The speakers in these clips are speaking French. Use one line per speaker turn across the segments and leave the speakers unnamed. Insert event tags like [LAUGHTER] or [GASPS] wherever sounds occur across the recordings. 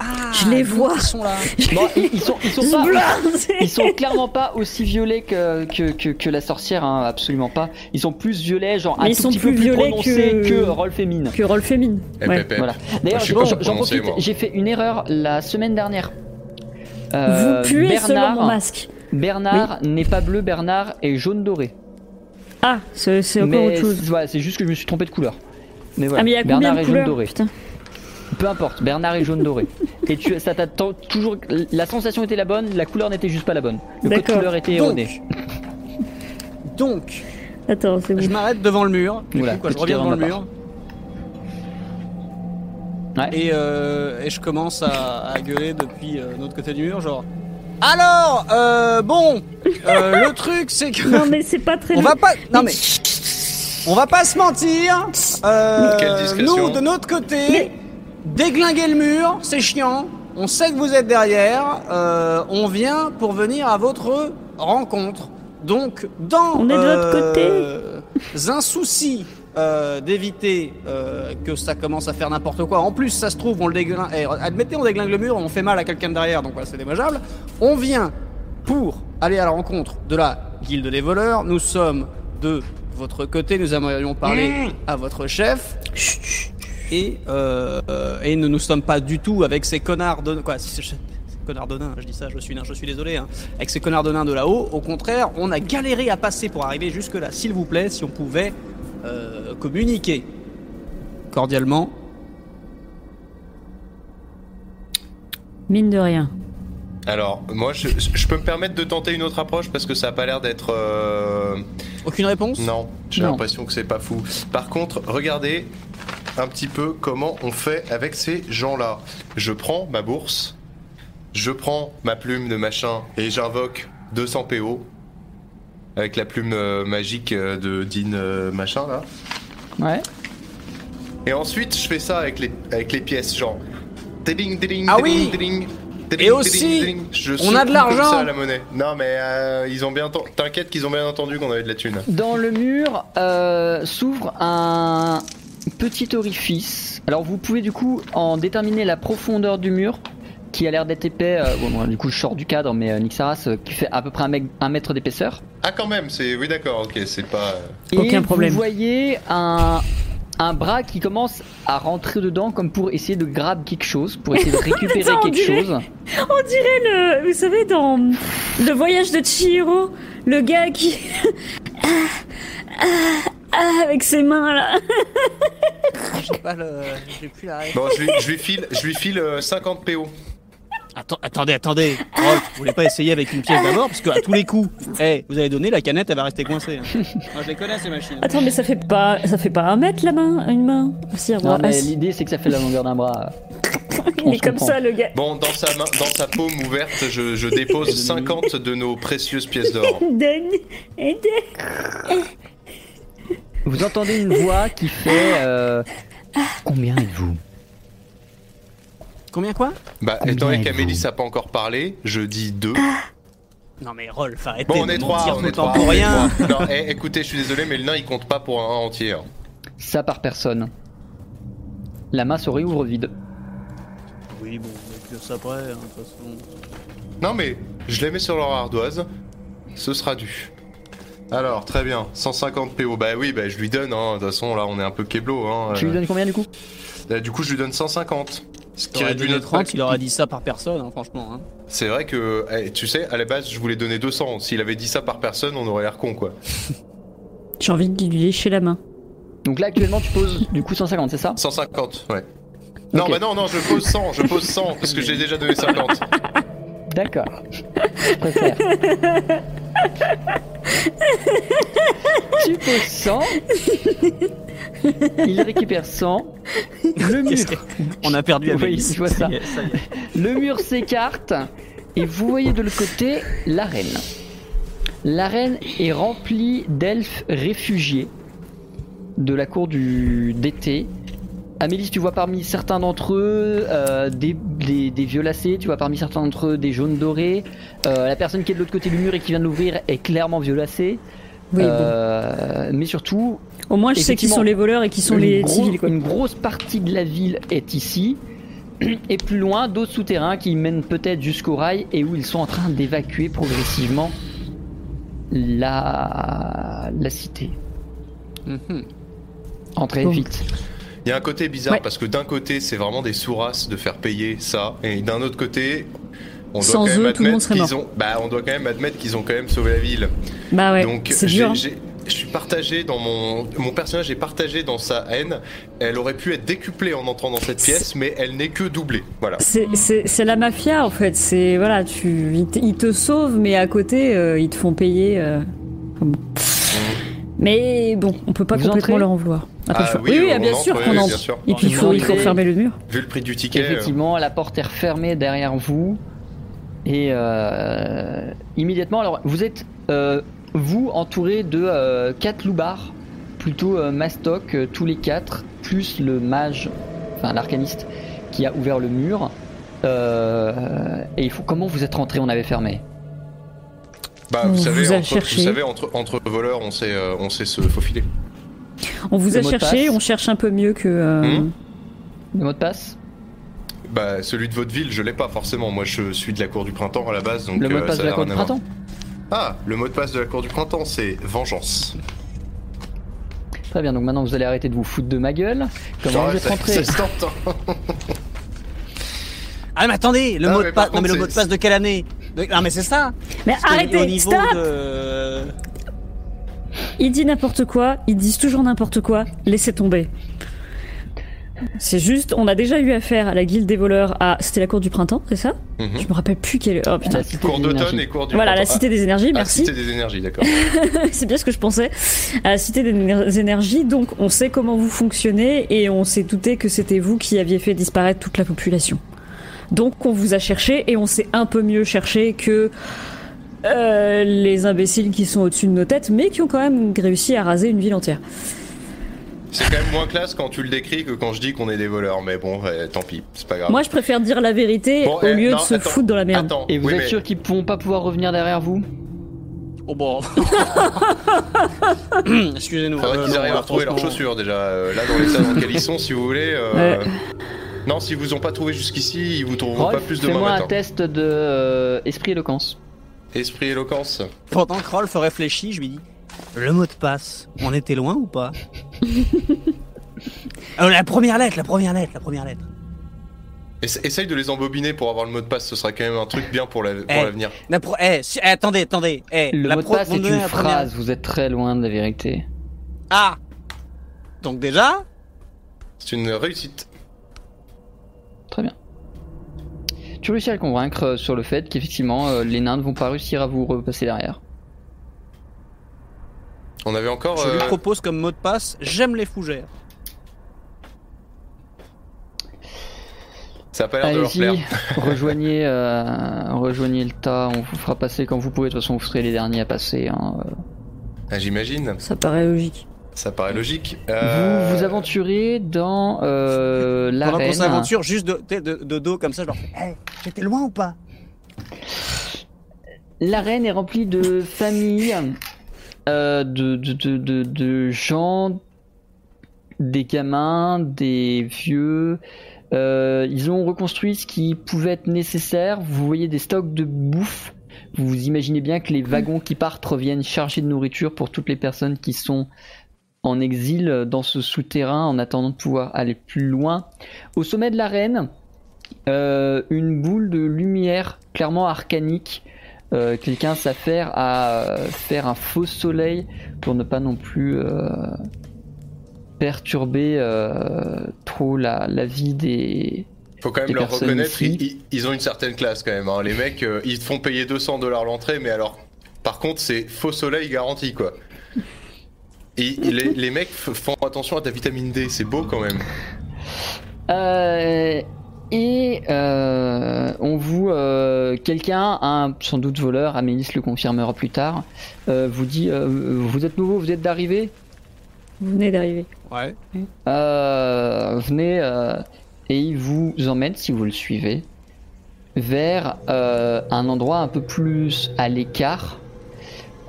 Ah,
Je les
nous,
vois.
Ils sont là.
Non, ils, ils sont, ils sont pas,
Zblaz
ils sont clairement pas aussi violets que, que, que, que la sorcière, hein, absolument pas. Ils sont plus violets, genre
Mais
un
ils
tout
sont
petit
plus
peu plus
violets
prononcés
que-
que, Rolf et Mine.
Que rôle féminin.
Eh,
Ouais.
pépé.
Voilà. D'ailleurs,
je suis
j'en-
pas pour
j'en
prononcer,
profite,
moi.
j'ai fait une erreur la semaine dernière. Euh,
Vous puez selon mon
Bernard,
masque.
Bernard n'est pas bleu, Bernard est jaune doré.
Ah, c'est c'est encore
Mais
autre chose.
c'est- voilà, c'est juste que je me suis trompé de couleur. Mais voilà,
Ah mais il y a combien
Bernard
de
est jaune
couleurs
doré.
Putain.
Peu importe, Bernard est jaune
[LAUGHS]
doré. Et tu, ça t'a tant- toujours. La sensation était la bonne, la couleur n'était juste pas la bonne. Le code
D'accord.
couleur était
Donc,
erroné.
donc,
Attends, c'est
je
bon.
m'arrête devant le mur. Du
Oula,
coup, quoi, je
petite
reviens
erreur
devant le
de ma
mur.
Ouais.
Et, euh, et je commence à, à gueuler depuis euh, l'autre côté du mur, genre. Alors, euh, bon, euh, [LAUGHS] le truc c'est que
Non mais c'est pas très
on
long.
va pas, non mais, on va pas se mentir. euh,
Quelle discrétion.
nous, de notre côté,
Mais-
déglinguer le mur, c'est chiant. On sait que vous êtes derrière. euh, on vient pour venir à votre rencontre. Donc, dans
On est de votre
côté. un souci euh, d'éviter euh, que ça commence à faire n'importe quoi. En plus, ça se trouve, on le déglingue. eh, admettez, on déglingue le mur, on fait mal à quelqu'un de derrière, donc voilà, c'est dommageable. On vient pour aller à la rencontre de la guilde des voleurs. Nous sommes de votre côté. Nous aimerions parler
Mmh.
à votre chef. Et, euh, euh, et nous ne sommes pas du tout avec ces connards de quoi ces- ces connards de nains, je dis ça, je suis nain, je suis désolé, hein. avec ces connards de nains de là-haut. Au contraire, on a galéré à passer pour arriver jusque là. S'il vous plaît, si on pouvait euh, communiquer cordialement.
Mine de rien.
Alors, moi, je, je peux me permettre de tenter une autre approche parce que ça a pas l'air d'être. euh,
Aucune réponse.
Non, j'ai
Non.
l'impression que c'est pas fou. Par contre, regardez un petit peu comment on fait avec ces gens-là. Je prends ma bourse, je prends ma plume de machin et j'invoque 200 PO avec la plume euh, magique euh, de Dean euh, machin là.
Ouais.
Et ensuite, je fais ça avec les, avec les pièces, genre. Ding, ding,
Ah
ding,
oui
ding, ding,
Et aussi,
Je
on
secoue
a de
Comme
l'argent.
ça, la monnaie. Non, mais euh, ils ont bien. enten- T'inquiète qu'ils ont bien entendu qu'on avait de la thune.
Dans le mur euh, s'ouvre un petit orifice. Alors vous pouvez du coup en déterminer la profondeur du mur qui a l'air d'être épais. euh, bon, moi, du coup je sors du cadre mais euh, Nixaras euh, qui fait à peu près un, mec- un mètre d'épaisseur.
Ah, quand même, c'est. Oui, d'accord, ok, c'est pas. euh.
Et
Aucun problème.
Vous voyez un, un bras qui commence à rentrer dedans comme pour essayer de grab quelque chose, pour essayer de récupérer
Attends, on
quelque
dirait-
chose.
On dirait le, vous savez, dans le voyage de Chihiro, le gars qui [LAUGHS] Ah, ah, ah, avec ses mains là.
J'ai pas le- j'ai plus la réponse.
Bon, je lui, je lui file, je lui file euh, 50 PO.
Atten- attendez, attendez. Rolf, vous voulez pas essayer avec une pièce d'abord Parce que à tous les coups, eh, vous allez donner, la canette, elle va rester coincée. hein. Moi, je les connais, ces machines.
Attends, mais ça fait pas, ça fait pas un mètre la main, une main. Si,
Non
on
mais
va-
l'idée c'est que ça fait la longueur d'un bras. on
il est
se
comme
comprend.
ça le gars.
Bon, dans sa main, dans sa paume ouverte, je, je dépose 50 de nos précieuses pièces d'or.
Donne, aidez.
Vous entendez une voix qui fait euh, Combien êtes-vous
Combien quoi
Bah, étant donné
Combien
qu'Amélie
êtes-vous
n'a pas encore parlé, je dis 2.
Non mais Rolf, arrêtez
Bon, on
de
est
Ah,
3, on
mentir tout le
est
temps
3.
pour rien.
Non, eh, écoutez, je suis désolé, mais le nain il compte pas pour un entier. hein.
Ça par personne. La main se réouvre vide.
Oui, bon, on ça après, hein, de toute façon.
Non, mais je les mets sur leur ardoise. Ce sera dû. Alors, très bien, 150 PO. Bah oui, bah je lui donne, hein. De toute façon, là, on est un peu keblo, hein.
Tu lui
Euh,
donnes combien du coup
là, du coup, je lui donne 150. Ce qui
T'aurais
réduit
donné
notre
30, il aurait dit ça par personne, hein, franchement. Hein.
C'est vrai que, eh, tu sais, à la base, je voulais donner 200. S'il avait dit ça par personne, on aurait l'air con, quoi.
J'ai envie de lui lécher la main.
Donc là actuellement tu poses du coup 150, c'est ça
150, ouais. Non,
Ok.
bah non, non, je pose 100, je pose 100, parce que j'ai déjà donné 50.
[LAUGHS]
D'accord. Je préfère. tu poses
[LAUGHS]
100. Il récupère 100. Le
Qu'est-ce
mur,
que- On a perdu
[LAUGHS] Oui,
Amélie.
je vois
[LAUGHS]
ça.
y est, y est.
le mur s'écarte et vous voyez de l'autre côté l'arène. L'arène est remplie d'elfes réfugiés
de la cour du d'été. Amélie, tu vois parmi certains d'entre eux euh, des, des, des violacés, tu vois parmi certains d'entre eux des jaunes dorés. Euh, la personne qui est de l'autre côté du mur et qui vient de l'ouvrir est clairement violacée.
Oui,
Euh, Mais surtout,
bon. Au moins, je sais qui
effectivement,
sont les voleurs et qui sont
une
les
grosse-
civils, quoi.
Une grosse partie de la ville est ici. [CLEARS THROAT] Et plus loin, d'autres souterrains qui mènent peut-être jusqu'au rail et où ils sont en train d'évacuer progressivement la, la cité.
Mhm.
Entrez
Bon.
vite.
Il y a un côté bizarre
Ouais.
parce que d'un côté, c'est vraiment des sourasses de faire payer ça, et d'un autre côté, on doit
Sans
quand même
eux, tout le monde
admettre
serait
qu'ils ont. Bah, on doit quand même admettre qu'ils ont quand même sauvé la ville.
Bah ouais,
Donc,
c'est
j'ai-
dur. hein.
j'ai- je suis partagé dans mon mon personnage est partagé dans sa haine. Elle aurait pu être décuplée en entrant dans cette pièce, mais elle n'est que doublée. Voilà.
C'est- C'est c'est la mafia en fait. C'est voilà, tu ils te, ils te sauvent, mais à côté euh, ils te font payer. euh, comme- Mais bon, on peut pas
Vous
complètement
entrez
leur en vouloir. Après,
Ah
je-
oui, on
bien
entre,
sûr
oui,
qu'on
oui,
entre.
bien sûr.
Et puis il
Vous
faut, il faut
entrez.
fermer le mur.
Vu le prix du ticket, euh,
Effectivement, la porte est refermée derrière vous. Et euh, immédiatement, alors vous êtes, euh, vous, entouré de euh, quatre loubards, plutôt euh, mastoc, euh, tous les quatre, plus le mage, enfin l'arcaniste, qui a ouvert le mur. Euh, et il faut, comment vous êtes rentré On avait fermé.
bah, vous,
on
savez,
vous a
entre, vous
cherché.
savez, entre, entre voleurs, on sait, euh, on sait se faufiler.
On vous
Le
a
mot de
cherché,
passe.
on cherche un peu mieux que. euh,
Hmm
Le mot de passe
Bah, celui de votre ville, je l'ai pas forcément. Moi, je suis de la cour du printemps à la base, donc
Le mot de
euh,
passe
ça
de la
n'a
cour
rien
du
à voir.
printemps
Ah, le mot de passe de la cour du printemps, c'est vengeance.
Très bien, donc maintenant vous allez arrêter de vous foutre de ma gueule. Comment
Genre,
vous êtes
ça-
rentré
ça se tente, hein.
Ah mais attendez, le
Ah,
mot
mais
de
par
passe. Non mais
contre,
le mot de
c'est-
passe de quelle année De- Ah mais c'est ça.
Mais
Parce que Au
arrêtez,
niveau
stop
de.
Il dit n'importe quoi, ils disent toujours n'importe quoi, laissez tomber. C'est juste, on a déjà eu affaire à la guilde des voleurs à. C'était la cour du printemps, c'est ça
Mhm.
Je me rappelle plus quelle. Oh putain.
La cité
Cours
des
d'automne
énergies.
et cours du
Voilà, la
printemps.
cité des énergies,
Ah,
merci.
Ah, cité des énergies, d'accord.
[LAUGHS] C'est bien ce que je pensais. À la Cité des Énergies, donc on sait comment vous fonctionnez et on s'est douté que c'était vous qui aviez fait disparaître toute la population. Donc on vous a cherché et on s'est un peu mieux cherché que euh, les imbéciles qui sont au-dessus de nos têtes, mais qui ont quand même réussi à raser une ville entière.
C'est quand même moins classe quand tu le décris que quand je dis qu'on est des voleurs, mais bon, ouais, tant pis, c'est pas grave.
Moi je préfère dire la vérité
Ah Bon,
au
eh,
lieu
non,
de se
attends,
foutre dans la merde.
Attends,
Et vous
oui,
êtes
mais-
sûr qu'ils ne pourront pas pouvoir revenir derrière vous
Oh bon.
[LAUGHS]
[CLEARS THROAT] Excusez-nous.
Faudrait
euh,
qu'ils
non,
arrivent à retrouver
franchement-
leurs chaussures déjà. euh, là, dans les salles dans lesquelles ils sont, si vous voulez. euh, Non, s'ils vous ont pas trouvé jusqu'ici, ils vous trouveront pas
Rolf,
plus
Fais-moi
demain
un
matin.
test de euh, esprit éloquence.
Esprit éloquence.
Pendant que Rolf réfléchit, je lui dis Le mot de passe, on était loin ou
[LAUGHS]
pas Euh, La première lettre, la première lettre, la première lettre.
Essa- Essaye de les embobiner pour avoir le mot de passe, ce sera quand même un truc bien pour la- pour
Eh.
l'avenir.
La pro- eh, si- eh, attendez, attendez. eh,
Le
la
mot de
pro-
passe
vous
est
me donnez
une
la première-
phrase, vous êtes très loin de la vérité.
Ah Donc déjà,
C'est une réussite.
Très bien. Tu réussis à le convaincre euh, sur le fait qu'effectivement euh, les nains ne vont pas réussir à vous repasser derrière.
On avait encore.
je lui
euh,
propose comme mot de passe J'aime les fougères.
Ça a pas l'air de leur
Allez-y,
plaire. [LAUGHS]
rejoignez, euh, rejoignez le tas, on vous fera passer quand vous pouvez, de toute façon vous serez les derniers à passer. hein.
Ah, J'imagine,
Ça paraît logique.
ça paraît logique.
Vous
Euh,
vous aventurez dans euh,
Pendant qu'on
l'arène.
s'aventure juste de, de- de- de dos comme ça, je leur fais Eh, j'étais loin ou pas
L'arène est remplie de familles, euh, de, de, de, de, de gens, des gamins, des vieux. Euh, ils ont reconstruit ce qui pouvait être nécessaire. Vous voyez des stocks de bouffe. Vous imaginez bien que les wagons qui partent reviennent chargés de nourriture pour toutes les personnes qui sont en exil dans ce souterrain en attendant de pouvoir aller plus loin. Au sommet de l'arène, euh, une boule de lumière clairement arcanique euh, quelqu'un s'affaire à euh, faire un faux soleil pour ne pas non plus euh, perturber euh, trop la, la vie des...
Faut quand
des
même leur
personnes
reconnaître,
ici.
ils, ils- ils ont une certaine classe quand même. hein. Les mecs, euh, ils te font payer 200 dollars l'entrée, mais alors, par contre, c'est faux soleil garanti quoi. Et et les, les mecs f- font attention à ta vitamine D, c'est beau quand même.
Euh, et euh, on vous... euh, quelqu'un, un sans doute voleur, Amélis le confirmera plus tard, euh, vous dit, euh, vous êtes nouveau, vous êtes d'arrivée
Vous venez d'arriver.
Ouais.
Euh, venez euh, et il vous emmène, si vous le suivez, vers euh, un endroit un peu plus à l'écart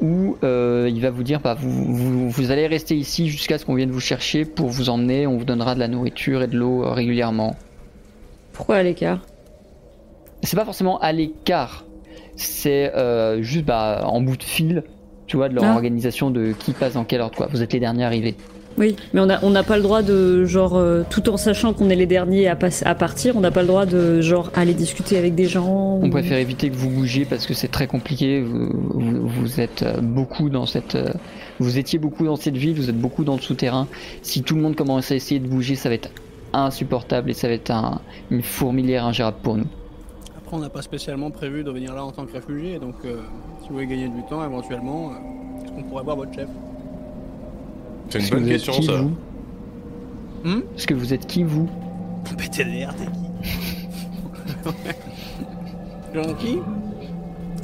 où euh, il va vous dire bah, vous, vous, vous allez rester ici jusqu'à ce qu'on vienne vous chercher pour vous emmener. On vous donnera de la nourriture et de l'eau euh, régulièrement.
Pourquoi à l'écart
C'est pas forcément à l'écart, c'est euh, juste bah, en bout de fil, tu vois, de leur
Ah.
organisation de qui passe dans quelle ordre. Quoi. Vous êtes les derniers arrivés.
Oui, mais on n'a on n'a pas le droit de, genre, euh, tout en sachant qu'on est les derniers à, pass- à partir, on n'a pas le droit de, genre, aller discuter avec des gens.
On
ou-
préfère éviter que vous bougiez parce que c'est très compliqué. Vous, vous- vous êtes euh, beaucoup dans cette, euh, vous étiez beaucoup dans cette ville, vous êtes beaucoup dans le souterrain. Si tout le monde commence à essayer de bouger, ça va être insupportable et ça va être un- une fourmilière ingérable pour nous.
Après, on n'a pas spécialement prévu de venir là en tant que réfugié, donc euh, si vous voulez gagner du temps éventuellement, euh, est-ce qu'on pourrait voir votre chef
C'est une
Parce que
bonne
vous êtes
question,
qui,
ça.
vous
Hmm
Parce que vous êtes qui vous
BTDR, t'es qui [LAUGHS] Genre qui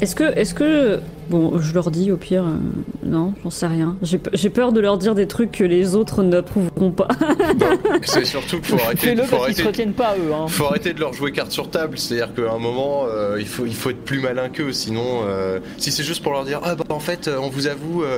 Est-ce que, est-ce que, bon, je leur dis au pire, euh, non, j'en sais rien. J'ai pe- j'ai peur de leur dire des trucs que les autres n'approuveront pas.
[LAUGHS] C'est surtout
[LAUGHS]
qu'il faut arrêter,
Fais-le
faut
parce qu'ils se
arrêter,
retiennent pas eux. Hein.
faut arrêter de leur jouer carte sur table. C'est-à-dire qu'à un moment, euh, il, faut, il faut être plus malin qu'eux. Sinon, euh, si c'est juste pour leur dire, ah bah en fait, euh, on vous avoue, euh,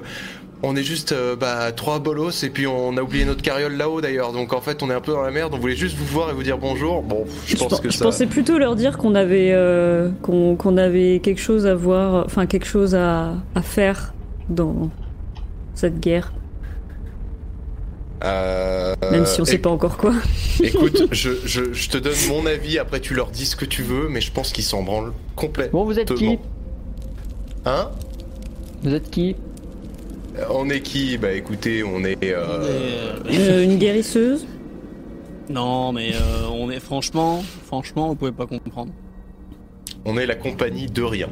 on est juste euh, bah, trois bolos et puis on a oublié notre carriole là-haut d'ailleurs. Donc en fait, on est un peu dans la merde. On voulait juste vous voir et vous dire bonjour. Bon, je pense
pen-
que
je
ça.
pensais plutôt leur dire qu'on avait, euh, qu'on qu'on avait quelque chose à voir, enfin quelque chose à, à faire dans cette guerre,
Euh,
même si on
euh,
sait pas encore quoi.
Écoute, je, je, je te donne mon avis. Après, tu leur dis ce que tu veux, mais je pense qu'ils s'en branlent complètement.
Bon, vous êtes qui
Hein
Vous êtes qui
Euh, On est qui Bah écoutez, on est. euh,
Euh, une guérisseuse.
Non, mais euh, on est franchement, franchement, vous pouvez pas comprendre.
On est la compagnie de rien.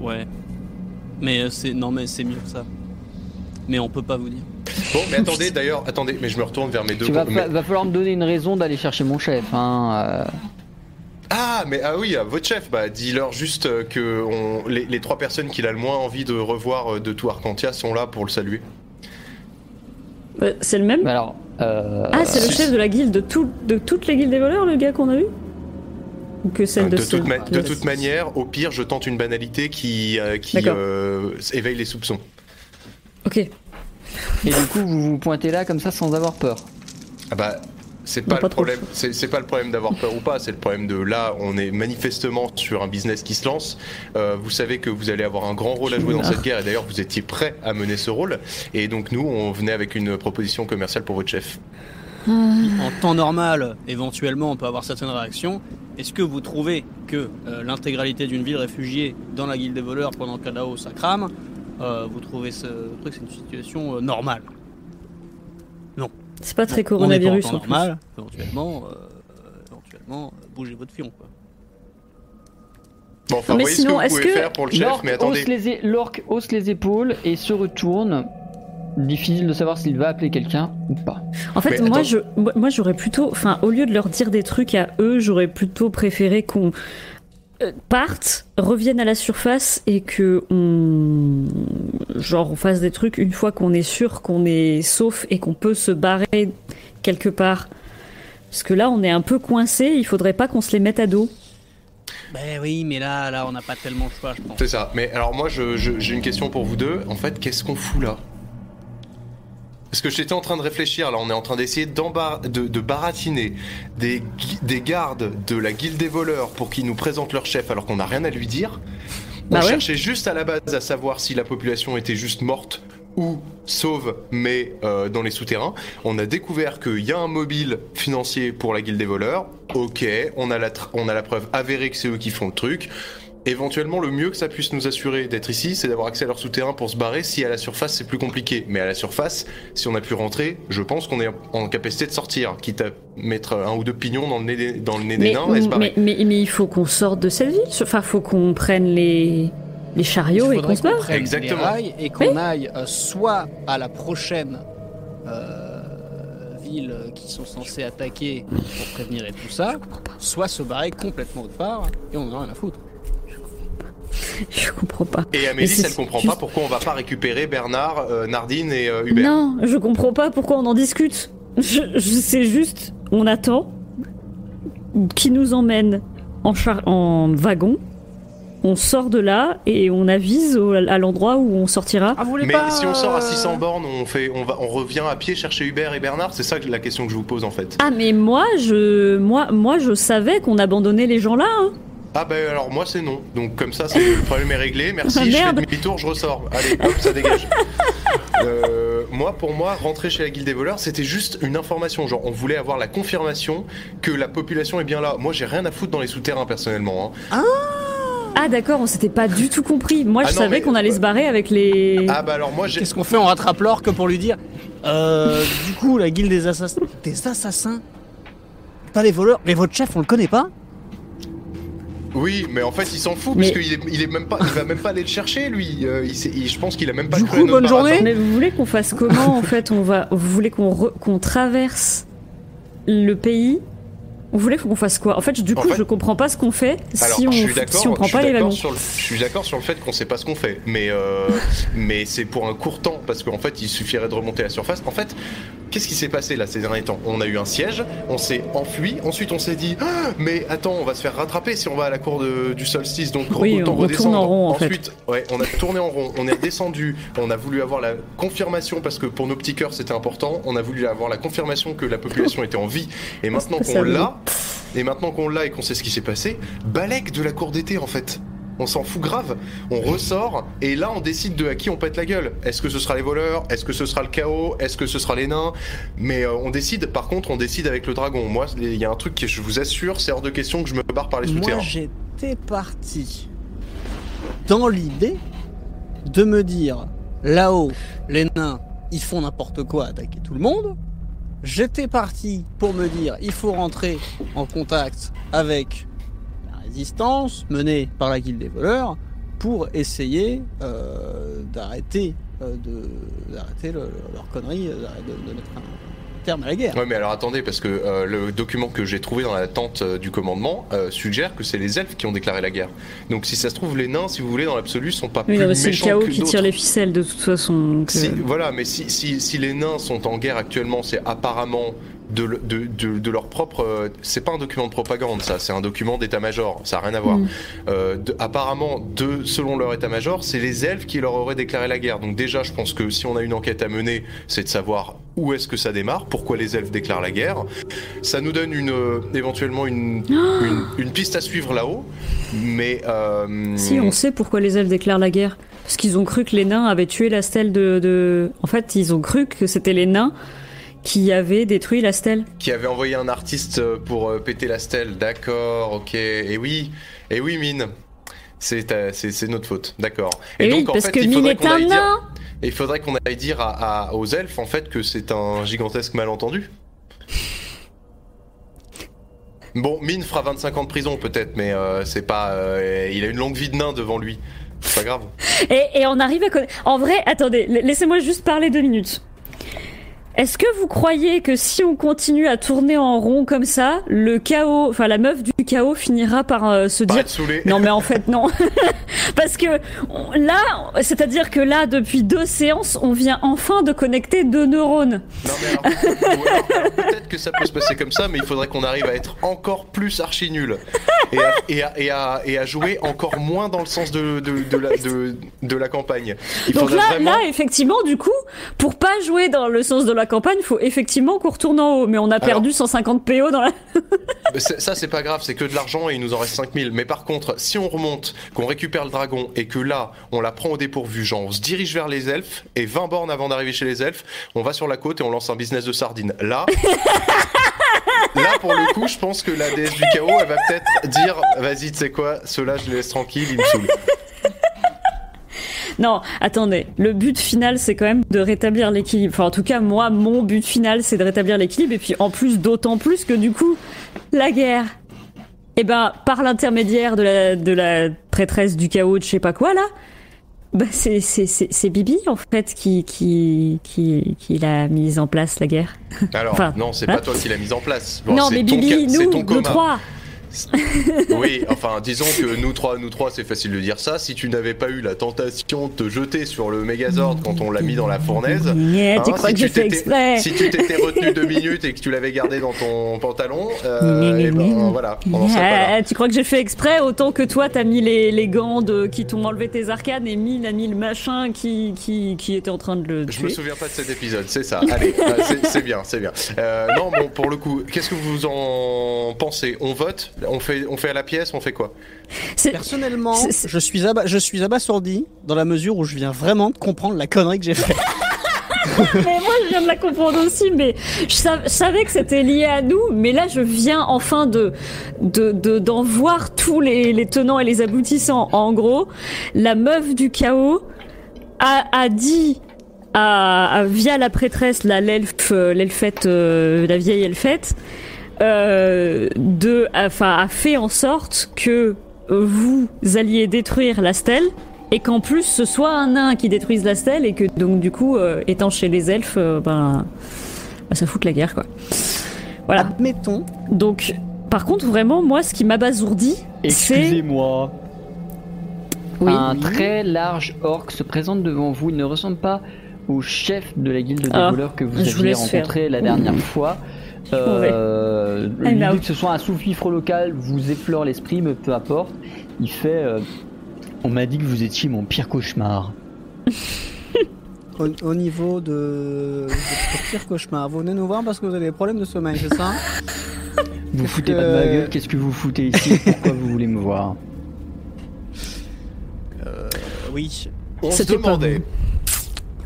Ouais. Mais euh, c'est non, mais c'est mieux que ça. Mais on peut pas vous dire.
Bon, mais attendez, d'ailleurs, attendez, mais je me retourne vers mes deux.
Tu vas,
mais-
va, va falloir me donner une raison d'aller chercher mon chef. Hein. euh.
Ah, mais ah oui, à votre chef, bah dis-leur juste euh, que on... les, les trois personnes qu'il a le moins envie de revoir euh, de tout Arcantia sont là pour le saluer.
Euh, c'est le même.
Mais alors. euh,
Ah, c'est le
si,
chef
si.
de la guilde de, tout, de toutes les guildes des voleurs, le gars qu'on a eu Ou que celle
Euh,
de,
de,
ce- Ah,
toute ma- de toute manière, au pire, je tente une banalité qui, euh, qui
D'accord.
euh, éveille les soupçons.
Ok,
Et du coup, vous vous pointez là comme ça sans avoir peur.
Ah bah c'est
Non,
pas,
pas
le
trop.
problème. C'est c'est pas le problème d'avoir peur ou pas. C'est le problème de là, on est manifestement sur un business qui se lance. Euh, vous savez que vous allez avoir un grand rôle à jouer dans
Oula.
cette guerre. Et d'ailleurs, vous étiez prêt à mener ce rôle. Et donc nous, on venait avec une proposition commerciale pour votre chef.
Ah,
En temps normal, éventuellement, on peut avoir certaines réactions. Est-ce que vous trouvez que euh, l'intégralité d'une ville réfugiée dans la guilde des voleurs pendant que là-haut ça crame, euh, vous trouvez ce truc, c'est une situation euh, normale
c'est pas très
Bon, on est pas
coronavirus
en
en,
temps
plus.
normal, éventuellement, euh, éventuellement, euh, bougez votre fion. Quoi.
Bon, enfin,
Non, mais
vous voyez
sinon,
ce que
est-ce
vous pouvez
que
faire pour le chef.
L'orque
Mais
hausse,
attendez,
les é- l'orque hausse les épaules et se retourne. Difficile de savoir s'il va appeler quelqu'un ou pas.
En fait,
Mais
moi,
attends.
je, moi, moi, j'aurais plutôt, enfin, au lieu de leur dire des trucs à eux, j'aurais plutôt préféré qu'on euh, parte, revienne à la surface et que on, genre, on fasse des trucs une fois qu'on est sûr qu'on est sauf et qu'on peut se barrer quelque part. Parce que là, on est un peu coincé. Il faudrait pas qu'on se les mette à dos.
Ben oui, mais là, là, on n'a pas tellement de choix, je pense.
c'est ça. Mais alors moi, je- je- j'ai une question pour vous deux. En fait, qu'est-ce qu'on fout là Parce que j'étais en train de réfléchir, là on est en train d'essayer d'embar- de, de baratiner des, gui- des gardes de la guilde des voleurs pour qu'ils nous présentent leur chef alors qu'on n'a rien à lui dire. On
Bah ouais.
cherchait juste à la base à savoir si la population était juste morte ou sauve, mais euh, dans les souterrains. On a découvert qu'il y a un mobile financier pour la guilde des voleurs. Ok, on a la, tr- on a la preuve avérée que c'est eux qui font le truc. Éventuellement, le mieux que ça puisse nous assurer d'être ici, c'est d'avoir accès à leur souterrain pour se barrer. Si à la surface, c'est plus compliqué. Mais à la surface, si on a pu rentrer, je pense qu'on est en capacité de sortir, quitte à mettre un ou deux pignons dans le nez des, dans le nez des
Mais,
nains et se barrer.
mais, mais, mais il faut qu'on sorte de cette ville. Enfin, faut qu'on prenne les, les chariots
Il
et qu'on
faudrait
se barre. [LAUGHS]
prenne les
Exactement.
rails et qu'on aille euh, soit à la prochaine euh, ville euh, qui sont censées attaquer pour prévenir et tout ça, soit se barrer complètement autre part et on en a rien à foutre.
Je comprends pas.
Et Amélie,
c'est-
elle comprend
juste-
pas pourquoi on va pas récupérer Bernard, euh, Nardine et euh, Hubert.
Non, je comprends pas pourquoi on en discute. Je, je sais juste, on attend qui nous emmène en, char- en wagon. On sort de là et on avise au- à l'endroit où on sortira.
Ah, vous voulez
Mais
pas,
si on sort à
euh,
600 bornes, on, fait, on, va, on revient à pied chercher Hubert et Bernard C'est ça que- la question que je vous pose en fait.
Ah mais moi je moi moi je savais qu'on abandonnait les gens là. hein.
Ah bah alors moi c'est non. Donc comme ça, c'est- le problème est réglé. Merci,
Ah,
je fais
merde.
demi-tour, je ressors. Allez, hop, ça
[LAUGHS]
dégage. Euh, moi, pour moi, rentrer chez la guilde des voleurs, c'était juste une information. Genre, on voulait avoir la confirmation que la population est bien là. Moi, j'ai rien à foutre dans les souterrains personnellement. hein.
Ah d'accord, on s'était pas du tout compris. Moi je
Ah non,
savais
mais-
qu'on allait se barrer avec les
Ah bah alors moi, j'ai.
Qu'est-ce qu'on fait On rattrape l'or que pour lui dire euh, Du coup, la guilde des assassins. Des assassins Pas les voleurs, mais votre chef, on le connaît pas
Oui, mais en fait, il s'en fout
Mais-
parce qu'il est, il est même pas, il va même pas aller le chercher lui. Euh, il s'est- il- je pense qu'il a même pas.
Du
cru
coup,
à notre
bonne
baratin.
journée.
Mais vous voulez qu'on fasse comment en fait On va, vous voulez qu'on re- qu'on traverse le pays Vous voulez qu'on fasse quoi En fait, du
En
coup,
fait-
je comprends pas ce qu'on fait
Alors,
si on
je suis d'accord.
si on prend
je suis
pas les
d'accord
wagons.
sur le- Je suis d'accord sur le fait qu'on sait pas ce qu'on fait, mais
[LAUGHS]
euh, mais c'est pour un court temps parce qu'en fait, il suffirait de remonter à la surface. En fait, qu'est-ce qui s'est passé là ces derniers temps On a eu un siège, on s'est enfui, ensuite on s'est dit Ah, mais attends, on va se faire rattraper si on va à la cour de- du solstice, donc
Oui,
autant
on tourne
redescendre.
en rond, en fait.
ensuite, ouais, on a tourné en rond, on est descendu, on a voulu avoir la confirmation parce que pour nos petits cœurs c'était important. On a voulu avoir la confirmation que la population était en vie et maintenant
pas
qu'on
ça,
l'a, et maintenant qu'on l'a et qu'on sait ce qui s'est passé, balèque de la cour d'été en fait. On s'en fout grave. On ressort et là on décide de à qui on pète la gueule. Est-ce que ce sera les voleurs Est-ce que ce sera le chaos Est-ce que ce sera les nains Mais euh, on décide. Par contre, on décide avec le dragon. Moi, il y a un truc que je vous assure, c'est hors de question que je me barre par les
Moi,
souterrains.
j'étais parti dans l'idée de me dire là-haut, les nains, ils font n'importe quoi, attaquer tout le monde. J'étais parti pour me dire il faut rentrer en contact avec la résistance menée par la guilde des voleurs pour essayer euh, d'arrêter euh, de d'arrêter le- le- leur connerie, euh, de, de mettre un terme à la guerre.
Ouais, mais alors attendez, parce que euh, le document que j'ai trouvé dans la tente euh, du commandement euh, suggère que c'est les elfes qui ont déclaré la guerre. Donc si ça se trouve, les nains, si vous voulez, dans l'absolu, sont pas
Oui,
plus
non, mais c'est le
méchants
chaos
que
qui
d'autres.
tire les ficelles de toute façon. donc,
Si-
euh,
voilà, mais si, si, si les nains sont en guerre actuellement, c'est apparemment de, le- de, de- de leur propre. euh, C'est pas un document de propagande, ça, c'est un document d'état-major, ça n'a rien à voir.
Mm.
Euh, de- apparemment, de, selon leur état-major, c'est les elfes qui leur auraient déclaré la guerre. Donc, déjà, je pense que si on a une enquête à mener, c'est de savoir où est-ce que ça démarre, pourquoi les elfes déclarent la guerre. Ça nous donne une, euh, éventuellement
[GASPS]
une, une, une piste à suivre là-haut, mais. euh,
Si on sait pourquoi les elfes déclarent la guerre, parce qu'ils ont cru que les nains avaient tué la stèle de, de... En fait, ils ont cru que c'était les nains qui avaient détruit la stèle.
qui avait envoyé un artiste euh, pour euh, péter la stèle. D'accord, ok. Et oui, et oui, Mine. C'est ta- c'est c'est notre faute, d'accord.
Et, Eh oui, parce que Mine est un
aille dire,
nain.
il faudrait qu'on aille dire à- à- aux elfes en fait que c'est un gigantesque malentendu. Bon, Mine fera 25 ans de prison peut-être, mais euh, c'est pas, euh, il a une longue vie de nain devant lui. C'est pas grave.
Et, et on arrive à conna- En vrai, attendez, la- laissez-moi juste parler deux minutes. Est-ce que vous croyez que si on continue à tourner en rond comme ça, le chaos, enfin la meuf du chaos finira par euh, se
Pas
dire
être saoulé.
non mais en fait non [LAUGHS] parce que on- là c'est-à-dire que là depuis deux séances on vient enfin de connecter deux neurones
Non, mais alors, ou alors, alors, peut-être que ça peut se passer comme ça, mais il faudrait qu'on arrive à être encore plus archi nul et à, et à- et à- et à jouer encore moins dans le sens de, de, de la, de, de la campagne. Il
donc
faudrait
là
vraiment.
là effectivement du coup pour pas jouer dans le sens de la campagne faut effectivement qu'on retourne en haut mais on a perdu 150 PO dans la
Mais c'est- Ça, c'est pas grave, c'est que de l'argent et il nous en reste 5000. Mais par contre, si on remonte, qu'on récupère le dragon et que là, on la prend au dépourvu, genre on se dirige vers les elfes et 20 bornes avant d'arriver chez les elfes, on va sur la côte et on lance un business de sardines.
[LAUGHS]
Là. Là, pour le coup, je pense que la déesse du chaos, elle va peut-être dire Vas-y, tu sais quoi, ceux-là, je les laisse tranquilles, ils me saoulent.
Non, attendez. Le but final, c'est quand même de rétablir l'équilibre. Enfin, en tout cas, moi, mon but final, c'est de rétablir l'équilibre. Et puis, en plus, d'autant plus que du coup, la guerre. Eh ben, par l'intermédiaire de la, de la prêtresse du chaos, de je sais pas quoi, là. Bah, c'est, c'est, c'est, c'est Bibi, en fait, qui, qui, qui, qui l'a mise en place, la guerre.
Alors,
Enfin,
non, c'est
hein.
pas toi qui l'as mise en place. Bon,
non,
c'est
mais
ton
Bibi,
ca- c'est
nous,
ton
nous
coma.
trois.
Oui, enfin, disons que nous trois, nous trois, c'est facile de dire ça. Si tu n'avais pas eu la tentation de te jeter sur le Megazord quand on l'a mis dans la fournaise,
Yeah, tu
hein,
crois
si
que j'ai
tu
fait
t'étais-
exprès
Si tu t'étais retenu deux minutes et que tu l'avais gardé dans ton pantalon, euh,
Gna, gna,
eh
gna,
ben,
gna.
voilà, on en serait pas là.
Yeah, tu crois que j'ai fait exprès autant que toi t'as mis les, les gants de, qui t'ont enlevé tes arcanes et Mine a mis le machin qui, qui, qui était en train de le
Je me
tuer.
souviens pas de cet épisode, c'est ça. Allez, euh, c'est- c'est bien, c'est bien. Euh, non, bon, pour le coup, qu'est-ce que vous en pensez On vote On fait, on fait à la pièce On fait quoi
C'est-
Personnellement,
C'est- c'est-
je suis, aba- je suis abasourdi dans la mesure où je viens vraiment de comprendre la connerie que j'ai faite.
Mais moi, je viens de la comprendre aussi, mais je, sav- je savais que c'était lié à nous, mais là, je viens enfin de de- de- d'en voir tous les, les tenants et les aboutissants. En gros, la meuf du chaos a, a dit à, à- via la prêtresse, la l'elfe, euh, l'elfette, euh, la vieille elfette, euh, de, enfin, a fait en sorte que vous alliez détruire la stèle et qu'en plus ce soit un nain qui détruise la stèle et que donc du coup euh, étant chez les elfes euh, ben bah, ça fout la guerre quoi voilà
Admettons.
donc par contre vraiment moi ce qui m'abasourdit c'est
Excusez-moi.
Oui.
Un très large orc se présente devant vous. Il ne ressemble pas au chef de la guilde des
Ah,
voleurs que vous
je vous
aviez
laisse faire.
rencontré la dernière fois. Euh,
I'm
L'idée
out.
que ce soit un sous-fifre local vous effleure l'esprit, mais peu importe. Il fait. euh, on m'a dit que vous étiez mon pire cauchemar.
Au, au niveau de, de votre pire cauchemar, vous venez nous voir parce que vous avez des problèmes de sommeil, c'est ça
Vous
Est-ce
foutez pas de ma
que-
gueule, qu'est-ce que Euh, vous foutez ici Pourquoi vous voulez me voir
Oui.
On se
C'était pas
demandait.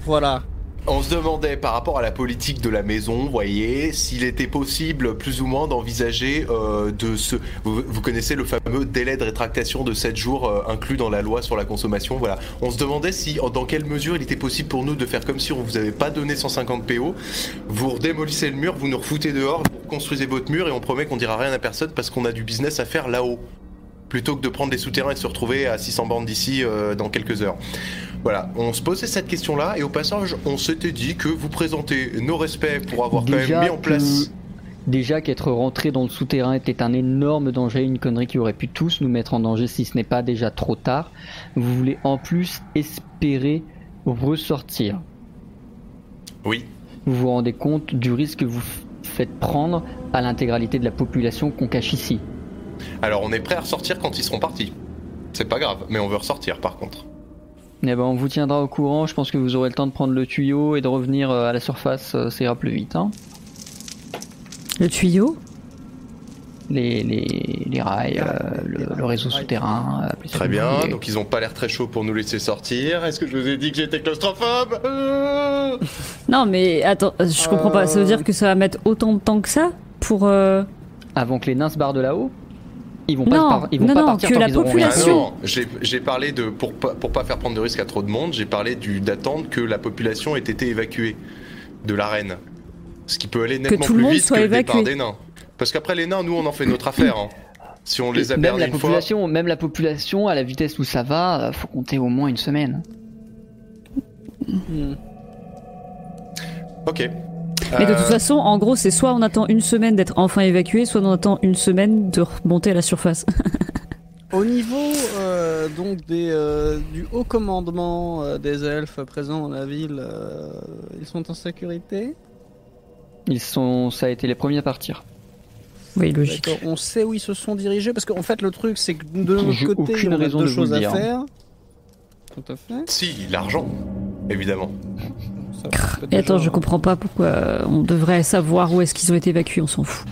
Voilà.
On se demandait par rapport à la politique de la maison, vous voyez, s'il était possible plus ou moins d'envisager euh, de ce... Vous, vous connaissez le fameux délai de rétractation de 7 jours euh, inclus dans la loi sur la consommation, voilà. On se demandait si, en- dans quelle mesure il était possible pour nous de faire comme si on vous avait pas donné 150 PO, vous démolissez le mur, vous nous refoutez dehors, vous construisez votre mur et on promet qu'on dira rien à personne parce qu'on a du business à faire là-haut. Plutôt que de prendre les souterrains et de se retrouver à 600 bandes d'ici euh, dans quelques heures. Voilà, on se posait cette question-là et au passage, on s'était dit que vous présentez nos respects pour avoir quand même mis en
que-
place.
déjà qu'être rentré dans le souterrain était un énorme danger, une connerie qui aurait pu tous nous mettre en danger si ce n'est pas déjà trop tard. Vous voulez en plus espérer ressortir.
Oui.
Vous vous rendez compte du risque que vous f- faites prendre à l'intégralité de la population qu'on cache ici.
Alors on est prêt à ressortir quand ils seront partis. C'est pas grave, mais on veut ressortir par contre.
Eh ben, on vous tiendra au courant. Je pense que vous aurez le temps de prendre le tuyau et de revenir euh, à la surface. euh, Ça ira plus vite. Hein.
le tuyau
Les, les, les rails, euh, le, le réseau souterrain. euh, appelez ça
Très
comme vous
bien,
voulez.
donc ils ont pas l'air très chauds pour nous laisser sortir. Est-ce que je vous ai dit que j'étais claustrophobe Euh,
non mais attends euh, je comprends pas ça veut dire que ça va mettre autant de temps que ça pour euh,
Avant que les nains se barrent de là-haut, ils vont pas,
Non,
se par- ils vont
non,
pas
non,
partir
que
tant
la
qu'ils auront
Ah
Bien population- sûr.
non, j'ai j'ai parlé de pour pas, pour pas faire prendre de risque à trop de monde, j'ai parlé du d'attendre que la population ait été évacuée de l'arène, ce qui peut aller nettement
tout le
plus
monde
vite
soit
que le départ
évacué.
des nains. Parce qu'après les nains, nous on en fait notre affaire. hein. Si on les a
rien. Même
perdus
la
une fois,
population, même la population, à la vitesse où ça va, euh, faut compter au moins une semaine.
ok.
mais de
Euh,
toute façon en gros c'est soit on attend une semaine d'être enfin évacué soit on attend une semaine de remonter à la surface
Au niveau euh, donc des, euh, du haut commandement euh, des elfes présents dans la ville, euh, ils sont en sécurité.
Ils sont, ça a été les premiers à partir.
[LAUGHS] oui logique
D'accord. On sait où ils se sont dirigés parce qu'en fait le truc c'est que de notre
J'ai
côté
aucune
on a
raison
deux
de vous
choses
le
à
dire.
faire. Tout à fait.
Si, l'argent, évidemment.
Ça, ça peut
et attends
déjà-
je comprends pas pourquoi euh, on devrait savoir où est-ce qu'ils ont été évacués on s'en fout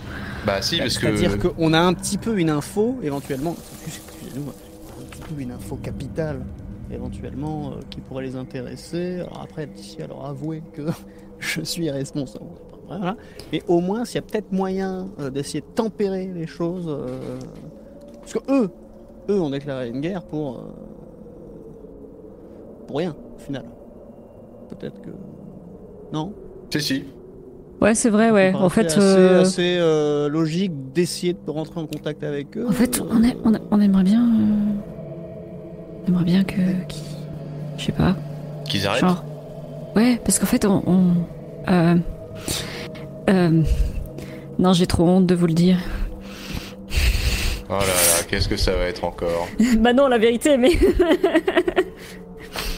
Bah si, parce que
C'est-à-dire qu'on a un petit peu une info éventuellement. Excusez-nous. Un petit peu une info capitale éventuellement euh, qui pourrait les intéresser. Alors après d'ici alors avouer que [LAUGHS] je suis responsable. Voilà. Mais au moins, s'il y a peut-être moyen euh, d'essayer de tempérer les choses, euh, parce que eux, eux ont déclaré une guerre pour euh, pour rien au final. Peut-être que non.
si si.
Ouais, c'est vrai,
Ça
ouais.
me
En
paraît
fait,
assez,
euh,
assez, euh, logique d'essayer de rentrer en contact avec eux.
en fait, on, a- on a- on aimerait bien, euh, on aimerait bien que, qui,
Euh,
je sais pas,
Qu'ils arrêtent.
genre, ouais, parce qu'en fait, on, on- euh, euh, non, j'ai trop honte de vous le dire.
Oh là là, qu'est-ce que ça va être
[LAUGHS]
encore
[LAUGHS] bah non, la vérité, mais.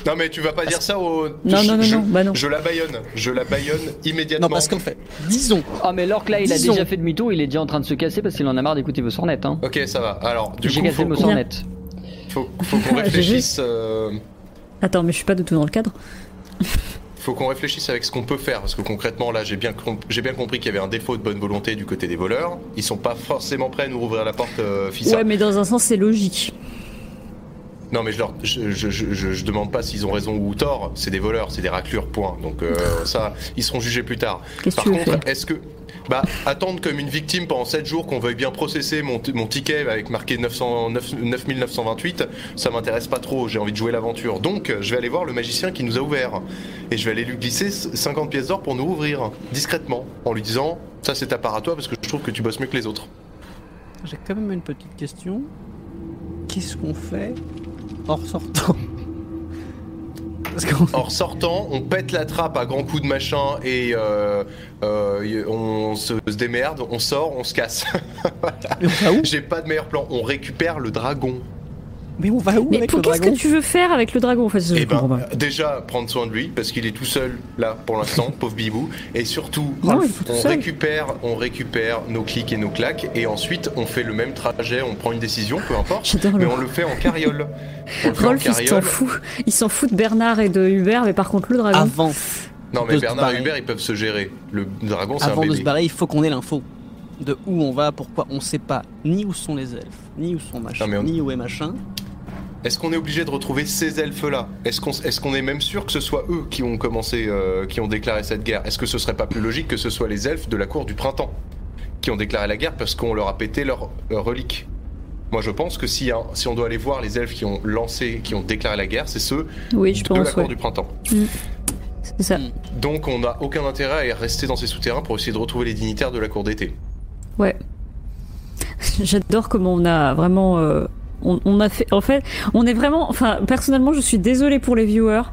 Non mais tu vas pas dire ça au...
Non,
je-
non, non,
je,
non, bah non.
Je la baïonne, je la baïonne immédiatement.
Non, parce qu'en fait, disons,
Ah, mais l'orc là, il a
Disons.
déjà fait demi-tour, il est déjà en train de se casser parce qu'il en a marre d'écouter vos sornettes. Hein.
Ok, ça va. Alors, du
J'ai
coup,
cassé
faut,
vos
qu'on-
sornettes.
faut, faut qu'on
[LAUGHS] J'ai
réfléchisse...
juste-
euh,
Attends, mais je suis pas du tout dans le cadre.
faut qu'on réfléchisse avec ce qu'on peut faire, parce que concrètement, là, j'ai bien, com- j'ai bien compris qu'il y avait un défaut de bonne volonté du côté des voleurs. Ils sont pas forcément prêts à nous rouvrir la porte, euh, Fissa.
Ouais, mais dans un sens, c'est logique.
Non, mais je, leur, je, je, je- je- je demande pas s'ils ont raison ou tort. C'est des voleurs, c'est des raclures, point. Donc euh, ça, ils seront jugés plus tard.
Qu'est-ce que
Par
tu veux
contre, est-ce que... Bah, attendre comme une victime pendant 7 jours qu'on veuille bien processer mon, t- mon ticket avec marqué 900 9 9928, ça m'intéresse pas trop, j'ai envie de jouer l'aventure. Donc, je vais aller voir le magicien qui nous a ouvert. Et je vais aller lui glisser 50 pièces d'or pour nous ouvrir, discrètement, en lui disant, ça c'est ta part à toi parce que je trouve que tu bosses mieux que les autres.
j'ai quand même une petite question. Qu'est-ce qu'on fait en sortant [LAUGHS] Parce qu'on
En sortant, on pète la trappe à grands coups de machin et euh, euh, y- on se, se démerde, on sort, on se casse. [LAUGHS]
Mais on va où
J'ai pas de meilleur plan, on récupère le dragon.
Mais on
ah
va où
Mais
avec
pour
le
qu'est-ce
dragon
que tu veux faire avec le dragon en fait, je
Eh ben,
comprends pas.
euh, déjà prendre soin de lui parce qu'il est tout seul là pour l'instant, [LAUGHS] pauvre Bibou. Et surtout,
Non, il est tout
on
seul.
récupère, on récupère nos clics et nos claques et ensuite on fait le même trajet, on prend une décision, peu importe,
J'adore
mais
le-
on le fait en carriole. On le fait en
Oh Rolf, il s'en
carriole.
fout. Il s'en fout de Bernard et de Hubert, mais par contre, le dragon.
Avant,
Non mais
de se
Bernard et
barrer.
Hubert ils peuvent se gérer. Le dragon c'est un
avant de
bébé.
se barrer, il faut qu'on ait l'info de où on va, pourquoi. On sait pas ni où sont les elfes, ni où sont machin,
Non, mais on-
ni où est machin.
Est-ce qu'on est obligé de retrouver ces elfes-là Est-ce qu'on est, qu'on est même sûr que ce soit eux qui ont commencé, euh, qui ont déclaré cette guerre Est-ce que ce serait pas plus logique que ce soit les elfes de la cour du printemps qui ont déclaré la guerre parce qu'on leur a pété leur, leur relique Moi, je pense que si, hein, si on doit aller voir les elfes qui ont lancé, qui ont déclaré la guerre, c'est ceux
Oui, je
de la
pense,
cour
ouais.
Ah. du printemps.
C'est ça.
Donc, on n'a aucun intérêt à rester dans ces souterrains pour essayer de retrouver les dignitaires de la cour d'été.
Ouais. [LAUGHS] J'adore comment on a vraiment. euh, on, on a fait. En fait, on est vraiment. Enfin, personnellement, je suis désolée pour les viewers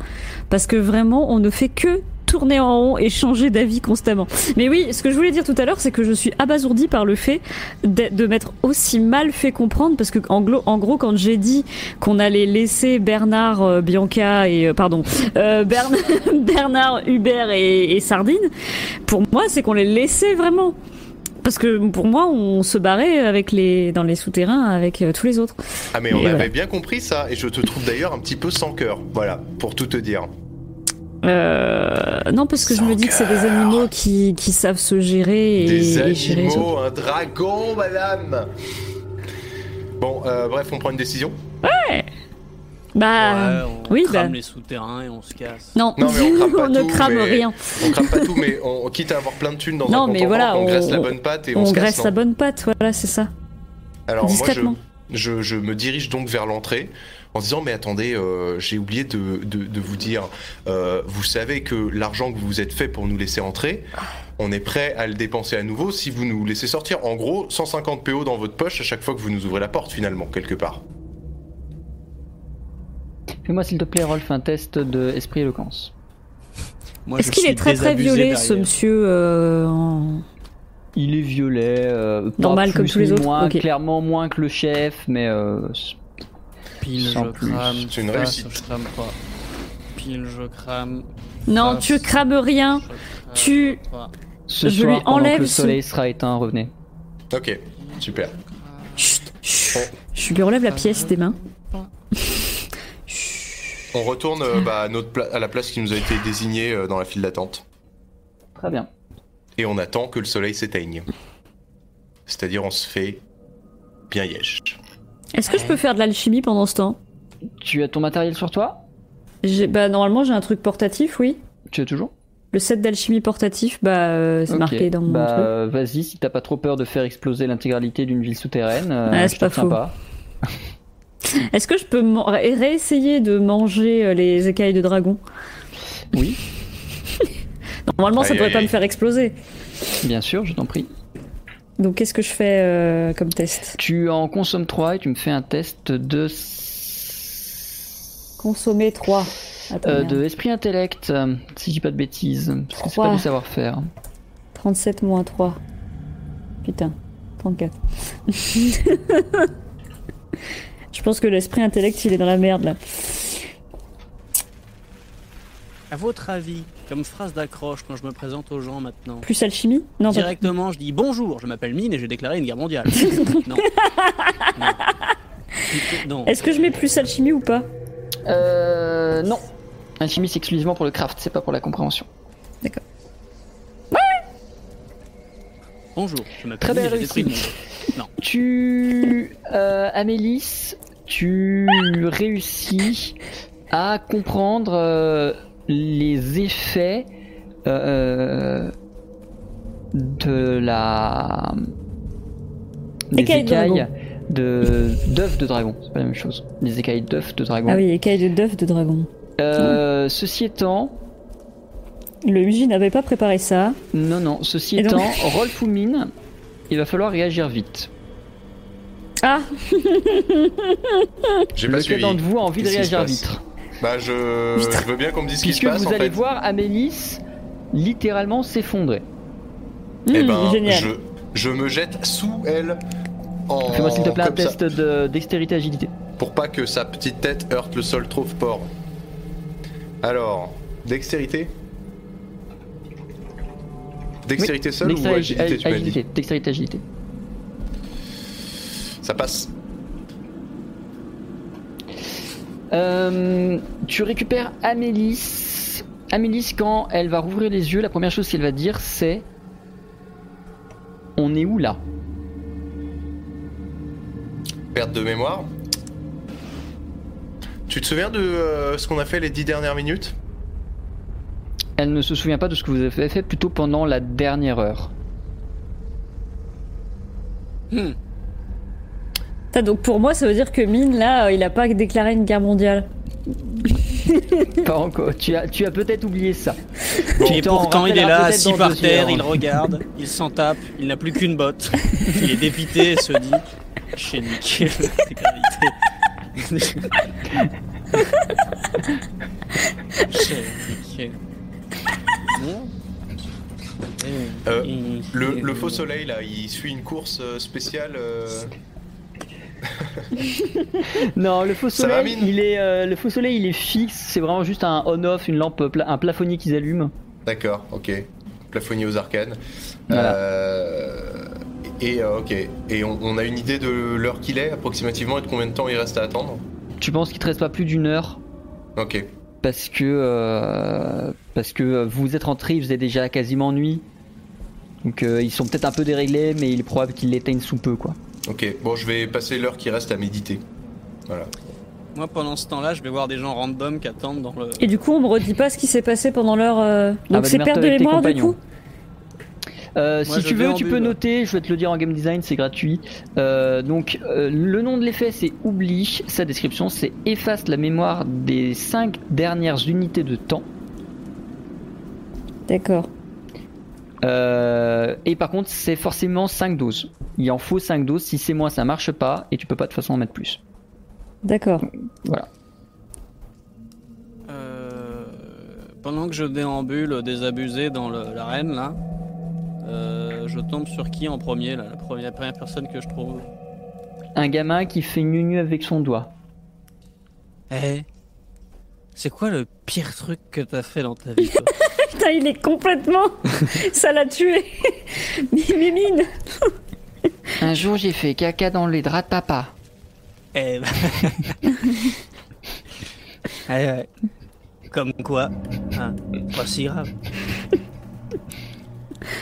parce que vraiment, on ne fait que tourner en rond et changer d'avis constamment. Mais oui, ce que je voulais dire tout à l'heure, c'est que je suis abasourdie par le fait de, de m'être aussi mal fait comprendre parce que en, glo- en gros, quand j'ai dit qu'on allait laisser Bernard, euh, Bianca et euh, pardon, euh, Bern- [LAUGHS] Bernard, Hubert et, et Sardine, pour moi, c'est qu'on les laissait vraiment. Parce que pour moi, on se barrait avec les, dans les souterrains avec euh, tous les autres.
Ah, mais on
Et
avait
voilà.
bien compris ça, et je te trouve d'ailleurs un petit peu sans cœur. Voilà, pour tout te dire.
Euh, non, parce que je me dis que c'est des animaux qui, qui savent se gérer et,
Des
et gérer les autres.
animaux, un dragon, madame Bon, euh, bref, on prend une décision.
Bah,
Ouais, on
oui,
crame
bah.
les souterrains et on se casse.
non, [LAUGHS]
Non, mais on crame pas
on ne
tout,
crame
mais
rien.
On crame pas tout, mais on, quitte à avoir plein de thunes dans
Non,
un compte
mais
en
voilà,
banque, on,
on-
graisse la
on-
bonne patte et on,
On,
se
graisse
casse. hein.
la
non
bonne patte, voilà, c'est ça.
Alors moi, je,
discrètement.
je, je me dirige donc vers l'entrée en disant mais attendez, euh, j'ai oublié de, de, de vous dire, euh, vous savez que l'argent que vous vous êtes fait pour nous laisser entrer, on est prêt à le dépenser à nouveau si vous nous laissez sortir. En gros, 150 PO dans votre poche à chaque fois que vous nous ouvrez la porte finalement quelque part.
Fais-moi s'il te plaît, Rolf, un test de esprit éloquence.
Moi,
Est-ce
je
qu'il
suis
est très très
désabusé
violet,
derrière.
ce monsieur euh, en-
Il est violet, euh, pas
Normal,
plus
comme tous les
ni
autres,
Moins,
ok.
Clairement moins que le chef, mais euh,
Pile,
Sans
je
plus.
crame.
C'est une
face,
réussite.
Je crame pas. Pile, je crame.
Non,
face,
tu crames
je
rien.
crame
Tu-
pas.
ce
Je
soir,
lui
pendant
enlève
que le
son-
soleil sera éteint, revenez.
Ok, super.
Chut, chut.
Oh.
Je lui enlève la pièce des mains.
On retourne euh, bah, à, notre pla- à la place qui nous a été désignée euh, dans la file d'attente.
Très bien.
Et on attend que le soleil s'éteigne. C'est-à-dire on se fait bien yèche.
Est-ce que je peux faire de l'alchimie pendant ce temps
Tu as ton matériel sur toi
J'ai- Bah, normalement, j'ai un truc portatif, oui.
Tu as toujours
Le set d'alchimie portatif, bah, euh, c'est
Ok.
marqué dans mon
bah,
truc.
euh, Vas-y, si t'as pas trop peur de faire exploser l'intégralité d'une ville souterraine, euh,
Ouais,
je
c'est
te
pas
retiens
faux.
pas.
Est-ce que je peux m'en- ré- réessayer de manger euh, les écailles de dragon
Oui.
[LAUGHS] Normalement, ça
Aïe,
devrait
aïe,
pas
aïe.
me faire exploser.
Bien sûr, je t'en prie.
Donc, qu'est-ce que je fais euh, comme test
Tu en consommes 3 et tu me fais un test de. s-
Consommer 3. Attends,
euh,
merde.
de esprit intellect, euh, si je dis pas de bêtises. Parce que c'est
Trois.
pas du savoir-faire.
37 moins 3. Putain, 34. [LAUGHS] Je pense que l'esprit intellect, il est dans la merde là.
À votre avis, comme phrase d'accroche quand je me présente aux gens maintenant,
Plus alchimie Non, ça-
directement je dis bonjour, je m'appelle Mine et j'ai déclaré une
[LAUGHS]
guerre mondiale. non. Non. Plutôt- non.
Est-ce que je mets plus alchimie ou pas
Euh. Non. Alchimie, c'est exclusivement pour le craft, c'est pas pour la compréhension.
Bonjour, je
Très
m'appelle
bien
Mine et j'ai détruit le
réussi.
monde.
Tu. Euh, Amélis, tu réussis à comprendre euh, les effets euh, de la. des
Écailles de dragon.
écailles de d'œufs de dragon. C'est pas la même chose. Des écailles d'œufs de dragon.
Ah oui, écaille de d'œuf de dragon.
Euh, Ceci étant,
Le MJ n'avait pas préparé ça.
non, non, ceci
Et donc-
étant, roll full mine, il va falloir réagir vite.
Ah
J'ai pas
Lequel
suivi.
d'entre vous a envie de
Qu'est-ce qui se
réagir
passe
vite
Bah, je...
Putain.
je veux bien qu'on me dise ce qui
Puisque
se passe
vous
en
allez
fait.
voir Amélis littéralement s'effondrer.
Eh
Hmm,
ben,
Génial.
je, je me jette sous elle. En...
Fais-moi s'il te plaît un
Oh, comme ça,
test de dextérité agilité.
Pour pas que sa petite tête heurte le sol trop fort. Alors, dextérité Dextérité seule ou
Dextérité
agilité, tu m'as dit
agilité. Dextérité agilité.
Ça passe.
Euh, tu récupères Amélis. Amélis quand elle va rouvrir les yeux, la première chose qu'elle va dire c'est on est où là
Perte de mémoire. Tu te souviens de euh, ce qu'on a fait les dix dernières minutes
Elle ne se souvient pas de ce que vous avez fait plutôt pendant la dernière heure.
[LAUGHS] Hmm.
Putain, Donc pour moi, ça veut dire que Mine, là, euh, il a pas déclaré une guerre mondiale.
Pas encore. Tu as, tu as peut-être oublié ça.
Et
Tu t'en
pourtant, il est
rappelleras
là,
peut-être
assis
dans
par
deux
terre,
heures.
il regarde, il s'en tape, il n'a plus qu'une botte. Il est dépité et se dit J'ai niqué la gravité. J'ai niqué.
Euh,
Il-
le,
il-
le faux soleil là, il suit une course euh, spéciale. euh,
Non, le faux
Ça va,
soleil,
Mine
il est, euh, le faux soleil, il est fixe. C'est vraiment juste un on/off, une lampe, pla- un plafonnier qu'ils allument.
D'accord, ok. Plafonnier aux arcanes.
Voilà.
Euh, et euh, ok. Et on, on a une idée de l'heure qu'il est approximativement et de combien de temps il reste à attendre
Tu penses qu'il te reste pas plus d'une heure
Ok.
parce que euh, parce que vous êtes rentrés, il faisait déjà quasiment nuit. Donc euh, ils sont peut-être un peu déréglés, mais il est probable qu'ils l'éteignent sous peu quoi.
Ok. Bon, je vais passer l'heure qui reste à méditer. Voilà.
Moi, pendant ce temps-là, je vais voir des gens random qui attendent dans le.
Et du coup, on me redit pas ce qui s'est passé pendant leur. euh,
Ah
Donc
bah,
c'est
merde,
perte de
avec tes
mémoire du
compagnons.
coup
Euh,
Moi,
si
je
tu
vais
veux,
en
tu
bulle.
peux noter. Je vais te le dire en game design, c'est gratuit. Euh, donc euh, le nom de l'effet c'est oublie. Sa description c'est efface la mémoire des cinq dernières unités de temps.
D'accord.
Euh, et par contre, c'est forcément 5 doses. Il en faut 5 doses. Si c'est moins, ça marche pas. Et tu peux pas de toute façon en mettre plus.
D'accord.
Euh, pendant que je déambule désabusé dans le- l'arène, là, euh, je tombe sur qui en premier, là, la première, la première personne que je trouve
Un gamin qui fait nu avec son doigt.
Eh, c'est quoi le pire truc que t'as fait dans ta vie toi
Putain, il est complètement. ça l'a tué. [LAUGHS] Mais Mine
Un jour, j'ai fait caca dans les draps de papa.
[LAUGHS] Eh ben... [LAUGHS] Eh ouais. Comme quoi, hein, pas si grave.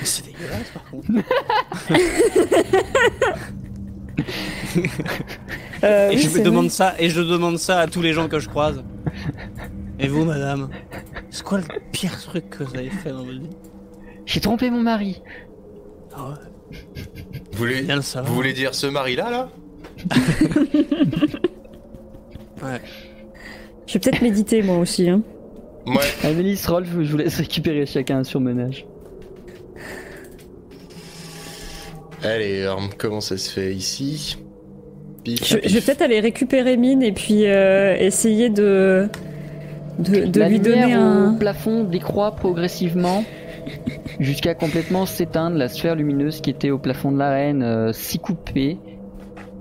C'est dégueulasse par contre.
Euh,
Et
oui,
je
c'est
me
vrai.
demande ça, et je demande ça à tous les gens que
[LAUGHS]
je croise. Et vous, madame, c'est quoi le pire truc que vous avez fait dans votre vie
J'ai trompé mon mari.
Ah ouais,
Vous voulez,
bien le savoir.
vous voulez dire ce mari là là
Ouais.
Je vais peut-être méditer moi aussi. Hein.
Ouais.
Amélis, Rolf, je vous laisse récupérer chacun un surmenage.
Allez, euh, comment ça se fait ici Pif,
Je, je vais
pif.
peut-être aller récupérer Mine et puis euh, essayer de. de, de
la
lui
lumière
donner
au
un.
plafond décroît progressivement jusqu'à complètement s'éteindre. La sphère lumineuse qui était au plafond de l'arène euh, s'y coupait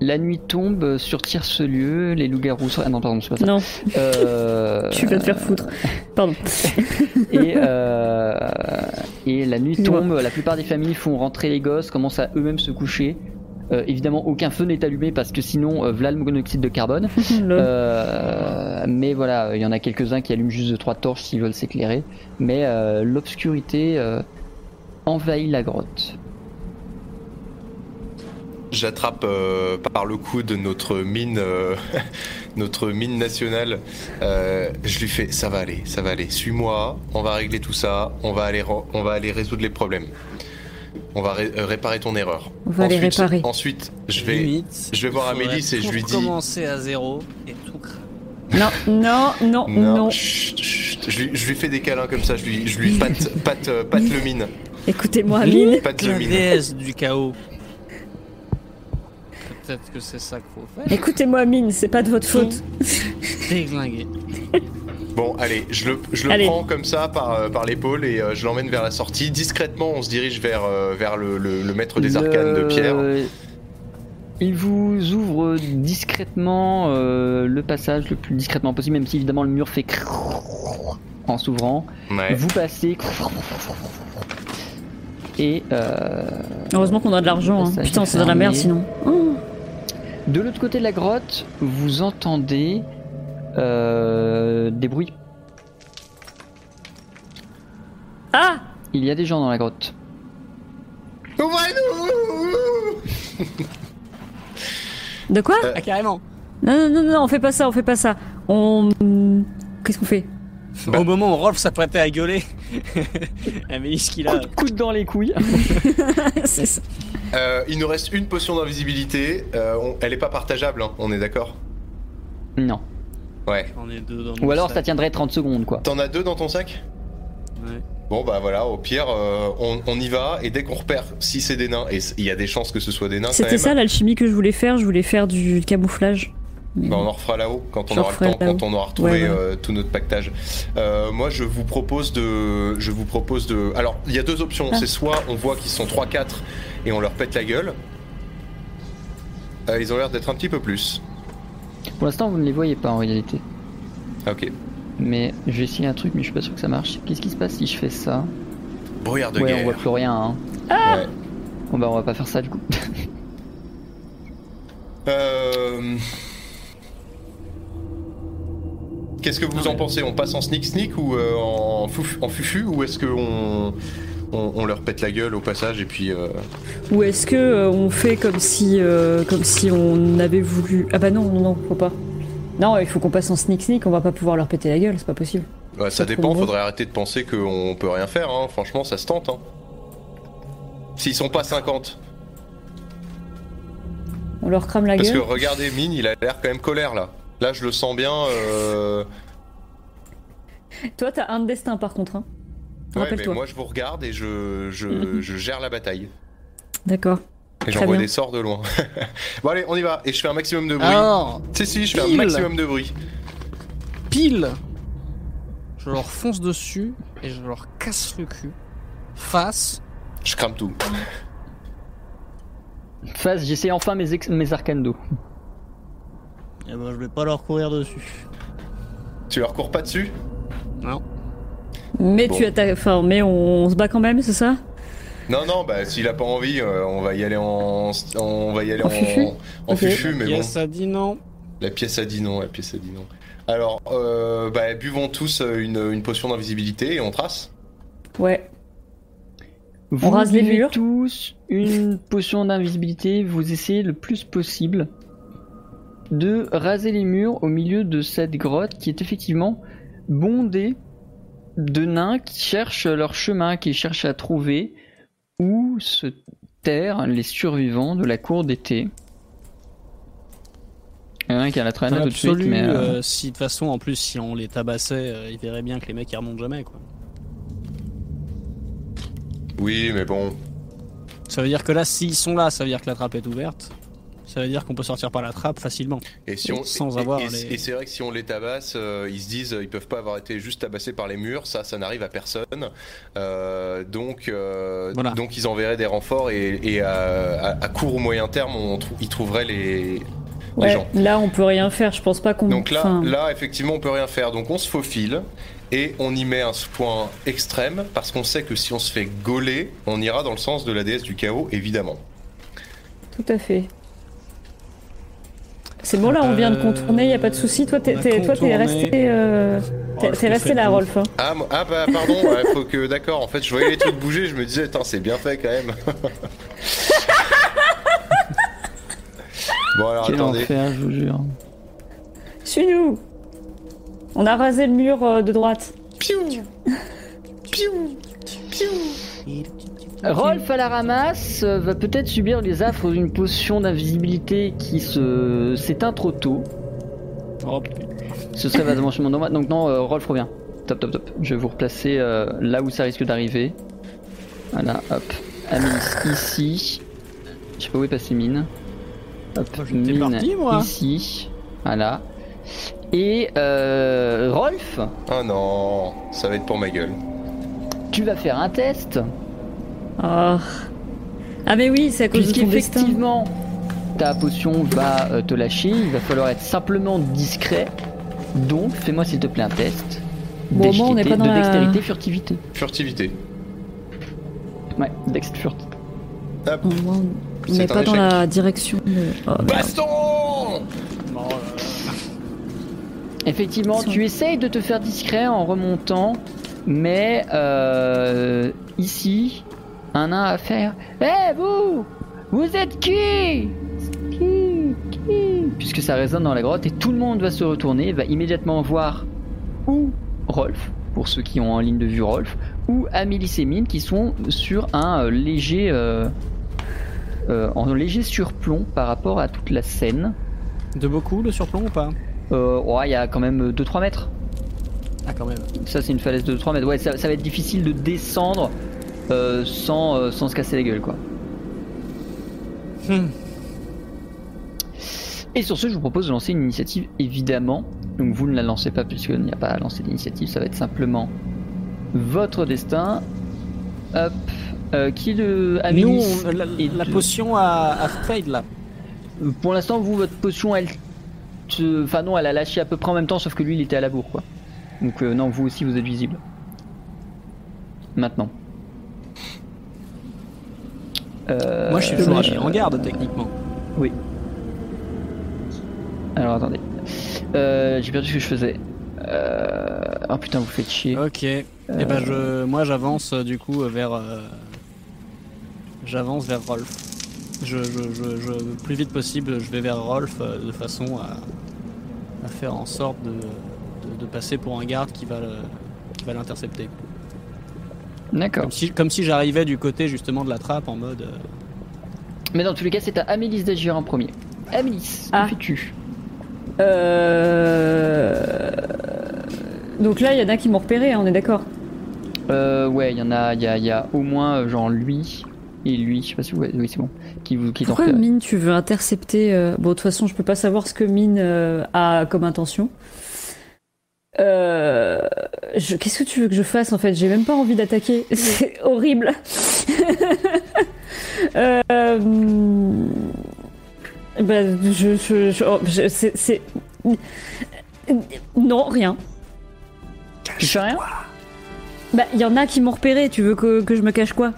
La nuit tombe, surtire ce lieu, les loups-garous... sont- Ah non, pardon, c'est pas ça.
Non,
Euh,
[LAUGHS] tu vas te faire foutre. Pardon.
et, euh, et la nuit
Excuse-moi.
tombe, la plupart des familles font rentrer les gosses, commencent à eux-mêmes se coucher. Euh, évidemment, aucun feu n'est allumé parce que sinon, euh, voilà le monoxyde de carbone.
Mmh. Lol.
Euh, mais voilà, il y en a quelques-uns qui allument juste deux, trois torches s'ils veulent s'éclairer. Mais euh, l'obscurité euh, envahit la grotte.
J'attrape euh, par le cou de notre mine, euh, [LAUGHS] notre mine nationale. Euh, je lui fais, ça va aller, ça va aller. Suis-moi, on va régler tout ça, on va aller, re- on va aller résoudre les problèmes. On va ré- euh, réparer ton erreur.
On va les
Ensuite-
réparer.
Ensuite, je vais,
Limite,
je vais voir
il faudrait
Amélis et je
tout
lui dis-
Recommencer à zéro et tout cramer.
Non, non, non, non.
Non, chut, chut, je, lui, je lui fais des câlins comme ça, je lui, je lui patte, patte, euh, patte le mine.
Écoutez-moi, Amine.
Patte le
La
mine.
déesse du chaos. Peut-être que c'est ça qu'il faut
[LAUGHS]
faire.
Écoutez-moi, Amine, c'est pas de votre faute.
Déglinguer.
Bon, allez, je le, je le
Allez.
prends comme ça par, euh, par l'épaule et euh, je l'emmène vers la sortie. Discrètement, on se dirige vers, euh, vers le, le- le maître des
Le-
arcanes de pierre.
Il vous ouvre discrètement euh, le passage le plus discrètement possible, même si évidemment le mur fait crrrr en s'ouvrant.
Ouais.
Vous passez crrrr et euh,
Heureusement qu'on a de l'argent. hein.
Ça,
Putain,
c'est
c'est dans la merde sinon. Oh.
de l'autre côté de la grotte, vous entendez euh, des bruits.
Ah
Il y a des gens dans la grotte.
Ouvrez-nous
De quoi
Euh.
Ah, carrément.
Non, non, non, non, on fait pas ça, on fait pas ça. On. hmm, Qu'est-ce qu'on fait [LAUGHS]
Bah.
Au moment où Rolf s'apprêtait à gueuler, [LAUGHS] Amélis qui l'a.
Coup de coude dans les
[LAUGHS]
couilles.
C'est ça.
Euh, Il nous reste une potion d'invisibilité. euh, on- elle est pas partageable, hein, on est d'accord
non.
Ouais.
On est deux dans
Ou
mon
alors ça
sac.
tiendrait 30 secondes quoi.
T'en as deux dans ton sac
Ouais.
Bon, bah voilà, au pire, euh, on, on y va et dès qu'on repère si c'est des nains, et c- il y a des chances que ce soit des nains quand
C'était
même,
ça l'alchimie que je voulais faire, je voulais faire du camouflage.
Bah, on en refera là-haut quand on
Je
aura
referai
le temps,
là-haut.
quand on aura retrouvé
Ouais, ouais.
euh, tout notre pactage. Euh, moi, je vous propose de, je vous propose de. Alors, il y a deux options.
Ah.
C'est soit on voit qu'ils sont 3-4 et on leur pète la gueule. Euh, ils ont l'air d'être un petit peu plus.
Pour l'instant vous ne les voyez pas en réalité.
Ah, Ok.
Mais je vais essayer un truc, mais je suis pas sûr que ça marche. Qu'est-ce qui se passe si je fais ça
Brouillard de
Ouais, on
guerre. Ah
voit plus rien. Hein.
Ouais.
Bon bah on va pas faire ça du coup. [LAUGHS]
Euh, Qu'est-ce que vous en pensez On passe en sneak sneak ou euh, en, fouf- en fufu ou est-ce que on, on, on leur pète la gueule au passage et puis euh,
Ou est-ce que euh, on fait comme si, euh, comme si on avait voulu. Ah bah non, non, non, faut pas. Non, il faut qu'on passe en sneak sneak, on va pas pouvoir leur péter la gueule, c'est pas possible.
Bah, ça
Pas trop
dépend,
nombreux.
faudrait arrêter de penser qu'on peut rien faire, hein. franchement ça se tente. Hein. S'ils sont pas 50.
On leur crame la
Parce que
gueule.
regardez, Mine, il a l'air quand même colère là. Là je le sens bien. Euh...
Toi, t'as un destin par contre. Hein.
ouais, mais
Rappelle-toi.
moi je vous regarde et je, je, je gère la bataille.
D'accord.
Et
Très
j'envoie
bien.
des sorts de loin. [LAUGHS] bon allez, on y va. Et je fais un maximum de bruit.
Ah,
Alors,
si si, je fais un
pile.
maximum de bruit.
pile, je leur fonce dessus et je leur casse le cul. Face.
Je crame tout.
Face, j'essaie enfin mes, ex- mes arcanes d'eau.
Et ben, je vais pas leur courir dessus.
Tu leur cours pas dessus
Non.
Mais
Bon.
tu as ta... enfin, mais on, on se bat quand même, c'est ça
Non non, bah s'il a pas envie, euh, on va y aller en on va y aller
En
en,
fufu
en
Ok.
fufu mais bon.
Yes, ça dit non.
La pièce a dit non, la pièce a dit non. Alors, euh, bah, buvons tous euh, une, une potion d'invisibilité et on trace.
Ouais.
Vous
rase les
buvez
murs.
tous une potion d'invisibilité, vous essayez le plus possible de raser les murs au milieu de cette grotte qui est effectivement bondée de nains qui cherchent leur chemin, qui cherchent à trouver où se tairent les survivants de la cour d'été. Il y en a un qui a la traîne tout de suite,
Absolu,
mais... euh,
euh, si de toute façon, en plus, si on les tabassait, euh, ils verraient bien que les mecs ils remontent jamais quoi.
Oui, mais bon.
Ça veut dire que là, s'ils sont là, ça veut dire que la trappe est ouverte. Ça veut dire qu'on peut sortir par la trappe facilement.
Et, si
Et
on,
sans
et-
avoir
et-
les-
et c'est vrai que si on les tabasse, euh, ils se disent euh, ils peuvent pas avoir été juste tabassés par les murs, ça, ça n'arrive à personne. Euh, donc, euh,
Voilà.
donc ils enverraient des renforts et, et à, à- à court ou moyen terme, on trou- ils trouveraient les, les
Ouais,
gens.
là, on peut rien faire. Je pense pas qu'on.
Donc là,
enfin,
là, effectivement, on peut rien faire. Donc on se faufile et on y met un point extrême parce qu'on sait que si on se fait gauler, on ira dans le sens de la déesse du chaos, évidemment.
Tout à fait. C'est bon, là, on vient de contourner. Y a pas de souci. Toi, t'es
On a
t'es- toi, t'es
contourné.
resté. euh, t'es-
Oh, je
T'es
me
resté
fais
là,
tout.
Rolf. hein.
Ah, mo- ah, bah pardon, ouais, faut que d'accord. En fait, je voyais les trucs bouger, je me disais, Tain, c'est bien fait quand même. [LAUGHS] bon alors
Quel
attendez.
enfer, je vous jure.
Suis-nous. On a rasé le mur euh, de droite.
Rolf à la ramasse euh, va peut-être subir les affres d'une potion d'invisibilité qui se s'éteint trop tôt.
Oh, putain. [LAUGHS]
Ce serait vachement normal. Donc non, euh, Rolf revient. Top, top, top. Je vais vous replacer euh, là où ça risque d'arriver. Voilà, hop. Amine ici. Je sais pas où est passé Mine. Hop,
j'étais parti, moi.
ici. Voilà. Et euh, Rolf,
Ah non, ça va être pour ma gueule.
tu vas faire un test.
Ah. Ah, mais oui, c'est à cause de ton destin.
Puisqu'effectivement, ta potion va euh, te lâcher, il va falloir être simplement discret. Donc, fais-moi s'il te plaît un test.
Bon, au moins, on n'est
DHT,
pas dans
de
la-
dextérité, furtivité.
Furtivité.
Ouais, dext furti.
Hop.
Au moins,
C'est
On n'est
un
pas dans
échec.
la direction de. Oh, merde.
Baston
Bon, euh,
Effectivement,
Sans-
tu essayes de te faire discret en remontant, mais euh, ici, un nain à faire. Eh vous Vous êtes qui Qui Qui Puisque ça résonne dans la grotte et tout le monde va se retourner, va immédiatement voir ou Rolf, pour ceux qui ont en ligne de vue Rolf, ou Amélie et Mine qui sont sur un euh, léger. euh, euh, en léger surplomb par rapport à toute la scène.
de beaucoup le surplomb ou pas
Euh, ouais, il y a quand même 2-3 mètres.
Ah, quand même.
Ça, c'est une falaise de 3 mètres. Ouais, ça, ça va être difficile de descendre euh, sans, euh, sans se casser la gueule, quoi.
Hmm.
Et sur ce, je vous propose de lancer une initiative, évidemment. Donc, vous ne la lancez pas, puisqu'il n'y a pas à lancer d'initiative. Ça va être simplement votre destin. Hop. Euh, qui le.
Nous,
Amélis
on- la,
et
la
de-
potion à, à fade là.
Euh, Pour l'instant, vous, votre potion, elle. te- Enfin, non, elle a lâché à peu près en même temps, sauf que lui, il était à la bourre, quoi. Donc, euh, non, vous aussi, vous êtes visible. Maintenant. Euh,
Moi, je suis toujours à- en garde techniquement.
Alors, attendez. Euh, J'ai perdu ce que je faisais. Euh... Oh putain, vous faites chier.
Ok. Et ben je, moi j'avance euh, du coup euh, vers, euh, j'avance vers Rolf. Je, je, je, je, le plus vite possible, je vais vers Rolf euh, de façon à, à faire en sorte de, de, de passer pour un garde qui va, le- qui va l'intercepter.
D'accord.
Comme si, comme si j'arrivais du côté justement de la trappe en mode. euh,
Mais dans tous les cas, c'est à Amélis d'agir en premier. Amélis,
Ah.
que fais-tu
Euh... Donc là, il y en a qui m'ont repéré, hein, on est d'accord.
Euh, ouais, il y en a, il y a, il y a au moins euh, genre lui et lui, je sais pas si vous voyez, oui, c'est bon, qui vous qui t'en
Pourquoi
fait-
Mine, tu veux intercepter euh, Bon, de toute façon, je peux pas savoir ce que Mine euh, a comme intention. Euh... je- Qu'est-ce que tu veux que je fasse en fait J'ai même pas envie d'attaquer. [LAUGHS] C'est horrible. [LAUGHS] euh... Ben, je, je, je- oh, je- c'est- c'est. Non, rien.
Tu fais rien
Bah, il y en a qui m'ont repéré. Tu veux que, que je me cache quoi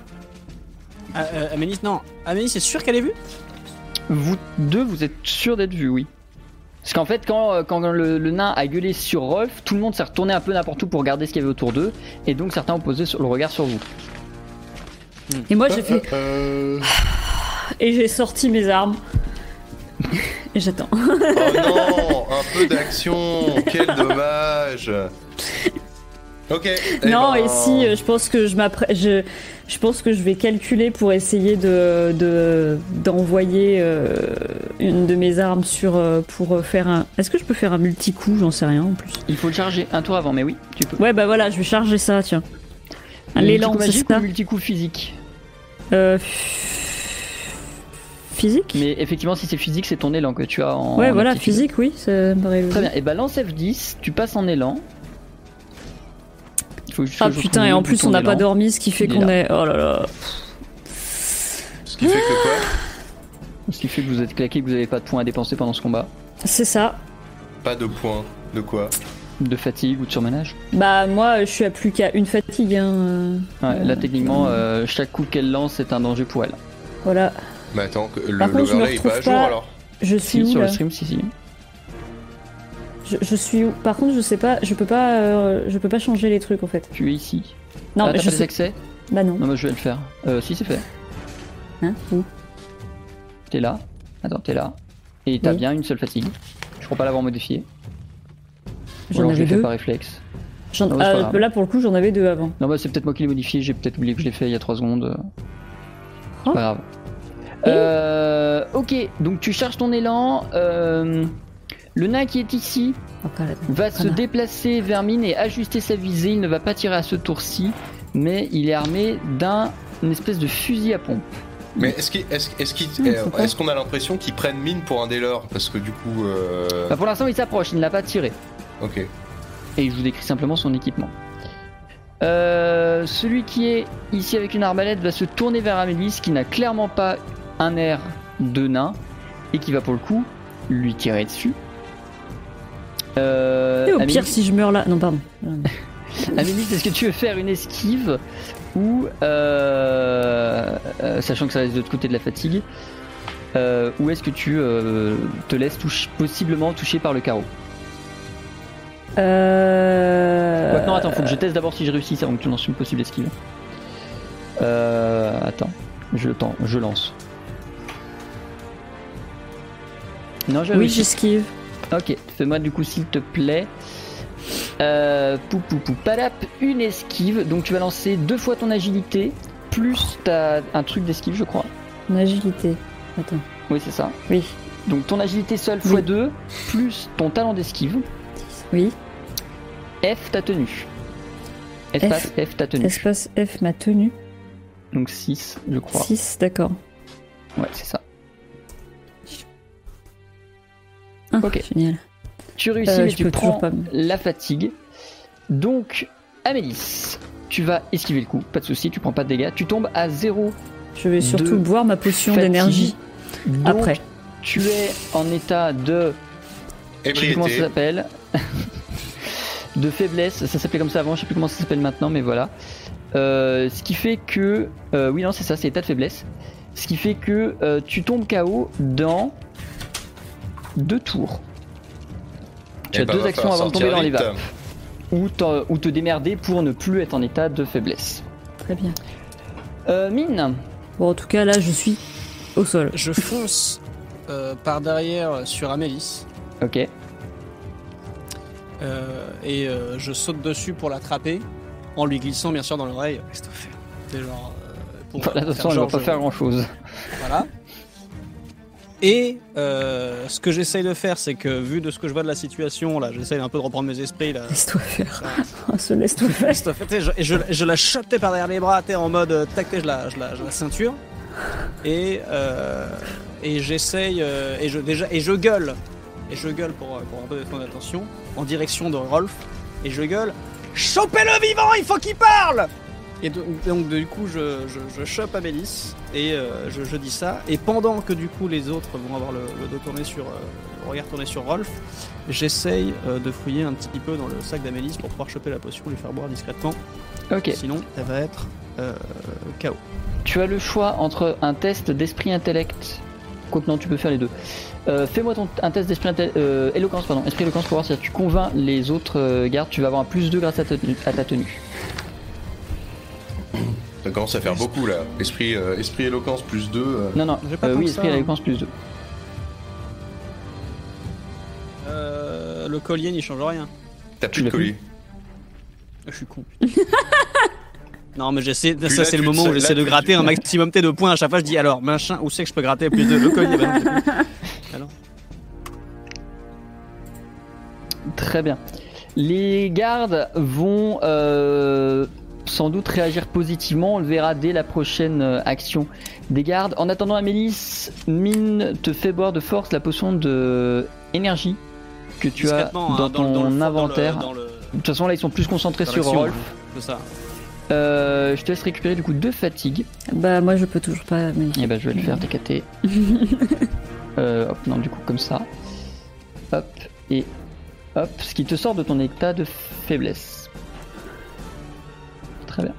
Ah, euh, Amélis, non. Amélis, c'est sûr qu'elle est vue
Vous deux, vous êtes sûr d'être vus, oui. Parce qu'en fait, quand, euh, quand le, le nain a gueulé sur Rolf, tout le monde s'est retourné un peu n'importe où pour regarder ce qu'il y avait autour d'eux, et donc certains ont posé sur- le regard sur vous.
Et
Bah,
moi, j'ai fait.
Euh,
Et j'ai sorti mes armes. Et j'attends.
Oh non Un peu d'action Quel dommage Ok. eh
non,
ben,
et si, euh, je pense que je m'apprête. Je, je pense que je vais calculer pour essayer de de- d'envoyer euh, une de mes armes sur euh, pour euh, faire un. Est-ce que je peux faire un multi-coup J'en sais rien en plus.
Il faut le charger un tour avant, mais oui, tu peux.
Ouais, bah voilà, je vais charger ça, tiens. Un
Multicoup
élan, c'est
magique ou
ça
multicoup physique
Euh, physique
Mais effectivement, si c'est physique, c'est ton élan que tu as en.
Ouais,
en
voilà,
aptitude.
physique, oui, ça me paraît
Très
logique.
bien. Et bah lance F10, tu passes en élan. Il faut juste
Ah
que je
putain,
retrouve
et en
le
plus,
bouton
on n'a pas
d'élan.
dormi, ce qui fait
Il est
qu'on est. Oh là là.
Ce qui fait que quoi
Ce qui fait que vous êtes claqué, que vous n'avez pas de points à dépenser pendant ce combat.
C'est ça.
Pas de points. De quoi
De fatigue ou de surménage.
Bah, moi, je suis à plus qu'à une fatigue, hein. euh,
Ouais, là,
Euh,
techniquement, euh, chaque coup qu'elle lance est un danger pour elle.
Voilà.
Mais attends, que le
Par contre, je me
l'overlay est pas à
retrouve
jour
pas.
alors
Je suis
Si,
où
sur
là
le stream, si, si.
je, je suis où Par contre, je sais pas, je peux pas, euh, je peux pas changer les trucs en fait.
Tu es ici.
Non,
ah,
mais
t'as
je
pas les
sais.
accès
Bah non.
Non, moi je vais le faire. Euh, si, c'est fait.
Hein Où
T'es là. Attends, t'es là. Et t'as
Oui.
bien une seule fatigue. Je crois pas l'avoir modifié. Ou
J'en
alors je
avais
l'ai fait
deux.
par réflexe.
J'en-
Non, mais c'est pas
ah,
grave.
là, pour le coup, j'en avais deux avant.
Non, bah c'est peut-être moi qui l'ai modifié, j'ai peut-être oublié que je l'ai fait il y a 3 secondes. C'est
Oh.
pas grave. Euh, ok, donc tu charges ton élan. euh, le nain qui est ici
Encore là-dedans.
va se
Connard.
déplacer vers Mine et ajuster sa visée. Il ne va pas tirer à ce tour-ci, mais il est armé d'un une espèce de fusil à pompe.
Mais est-ce qu'il- est-ce- est-ce qu'il-
Non,
euh,
faut pas.
est-ce qu'on a l'impression qu'ils prennent mine pour un des leurs Parce que du coup. euh,
Ah.
Bah, pour l'instant, il s'approche, il ne l'a pas tiré.
Ok.
Et je vous décris simplement son équipement. Euh, celui qui est ici avec une arbalète va se tourner vers Amélis qui n'a clairement pas un air de nain et qui va pour le coup lui tirer dessus. Euh,
Et au
Amélis,
pire, si je meurs là. Non, pardon.
Amélis, est-ce que tu veux faire une esquive ou, euh, euh, sachant que ça reste de l'autre côté de la fatigue, euh, ou est-ce que tu euh, te laisses touche- possiblement toucher par le carreau
Euh.
Maintenant, attends, faut que je teste d'abord si je réussis ça avant que tu lances une possible esquive. Euh, attends, je le tends, je lance. Non, j'ai
Oui,
réussi.
j'esquive.
Ok, fais-moi du coup, s'il te plaît. Euh, pou, pou, pou, padap, une esquive. Donc, tu vas lancer deux fois ton agilité, plus t'as un truc d'esquive, je crois.
Mon agilité. Attends.
Oui, c'est ça.
Oui.
Donc, ton agilité seule fois
Oui.
deux, plus ton talent d'esquive.
Oui.
F ta tenue. Espace F, ta tenue.
Espace F, ma tenue.
Donc 6, je crois.
6, d'accord.
Ouais, c'est ça.
Ah,
Ok.
Génial.
Tu réussis,
Euh,
mais
je
tu
peux
prends
toujours pas me-
la fatigue. Donc, Amélis, tu vas esquiver le coup, pas de souci, tu prends pas de dégâts. Tu tombes à zéro
Je vais surtout
Deux.
boire ma potion
fatigue.
d'énergie
Donc,
après.
Tu es en état de. Je sais plus comment ça
Ébriété.
s'appelle. [LAUGHS] de faiblesse, ça s'appelait comme ça avant, je sais plus comment ça s'appelle maintenant, mais voilà. Euh, ce qui fait que. euh, oui, non, c'est ça, c'est état de faiblesse. Ce qui fait que euh, tu tombes KO dans. deux tours. Tu
Eh
as
ben,
deux
va
actions
falloir
avant de tomber
sortir
dans les
vite.
vapes. Ou, t'en- ou te démerder pour ne plus être en état de faiblesse.
Très bien.
Euh, mine,
Bon, en tout cas, là, je suis au sol.
Je fonce euh, par derrière sur Amélis
ok.
euh, et euh, je saute dessus pour l'attraper en lui glissant bien sûr dans l'oreille. Reste au fer. C'est genre. euh, pour,
Enfin, là, de
pour
toute façon,
faire
elle va
genre,
pas
je-
faire grand chose.
Voilà. Et euh, ce que j'essaye de faire, c'est que vu de ce que je vois de la situation, là, j'essaye un peu de reprendre mes esprits. Là.
Laisse-toi faire.
Ça-
[LAUGHS] Oh, se laisse-toi faire.
Christophe, tu sais, je- et je, je la chopais par derrière les bras, tu sais, en mode euh, tac, tu sais, je la, je, la, je la ceinture. Et, euh, et j'essaye, euh, et, je, déjà, et je gueule, et je gueule pour, euh, pour un peu détourner l'attention, en direction de Rolf, et je gueule Chopez-le vivant, il faut qu'il parle Et do- donc, du coup, je, je, je chope Amélis, et euh, je, je dis ça, et pendant que du coup les autres vont avoir le, le dos tourné sur. euh, le regard tourné sur Rolf, j'essaye euh, de fouiller un petit peu dans le sac d'Amélis pour pouvoir choper la potion, lui faire boire discrètement.
Ok.
Sinon, elle va être euh, KO.
Tu as le choix entre un test d'esprit intellect. Quoique non, tu peux faire les deux. Euh, Fais-moi ton- un test d'esprit intellect. Euh, éloquence, pardon. Esprit éloquence pour voir si tu convaincs les autres euh, gardes. Tu vas avoir un plus 2 grâce à ta, tenue- à ta tenue.
Ça commence à faire beaucoup là. Esprit, euh, esprit éloquence plus 2.
Non, non.
J'ai pas
euh,
tant
oui,
que
esprit
ça. hein.
éloquence plus 2.
Euh, le collier n'y change rien.
T'as plus
l'as
de colis.
Je suis
[LAUGHS]
con. non, mais j'essaie.
Puis
Ça,
là,
c'est le
tu-
moment
ça-
où j'essaie
là,
de
tu-
gratter un maximum de points. À chaque fois, je dis alors, machin, où c'est que je peux gratter plus de le collier bah non, c'est bon.
Très bien. Les gardes vont euh, sans doute réagir positivement. On le verra dès la prochaine euh, action des gardes. En attendant, Amélis, Mine te fait boire de force la potion de énergie que tu as
Discrètement, hein,
dans
le-
ton
dans le- dans le-
inventaire.
dans le-
De toute façon, là, ils sont plus concentrés
dans
sur
l'action,
Rolf.
hein, C'est ça.
Euh, je te laisse récupérer du coup deux fatigues.
Bah, moi, je peux toujours pas. Mais...
Et bah, je vais le faire décater. euh, hop, non, du coup, comme ça. Hop, et hop, ce qui te sort de ton état de faiblesse. Très bien.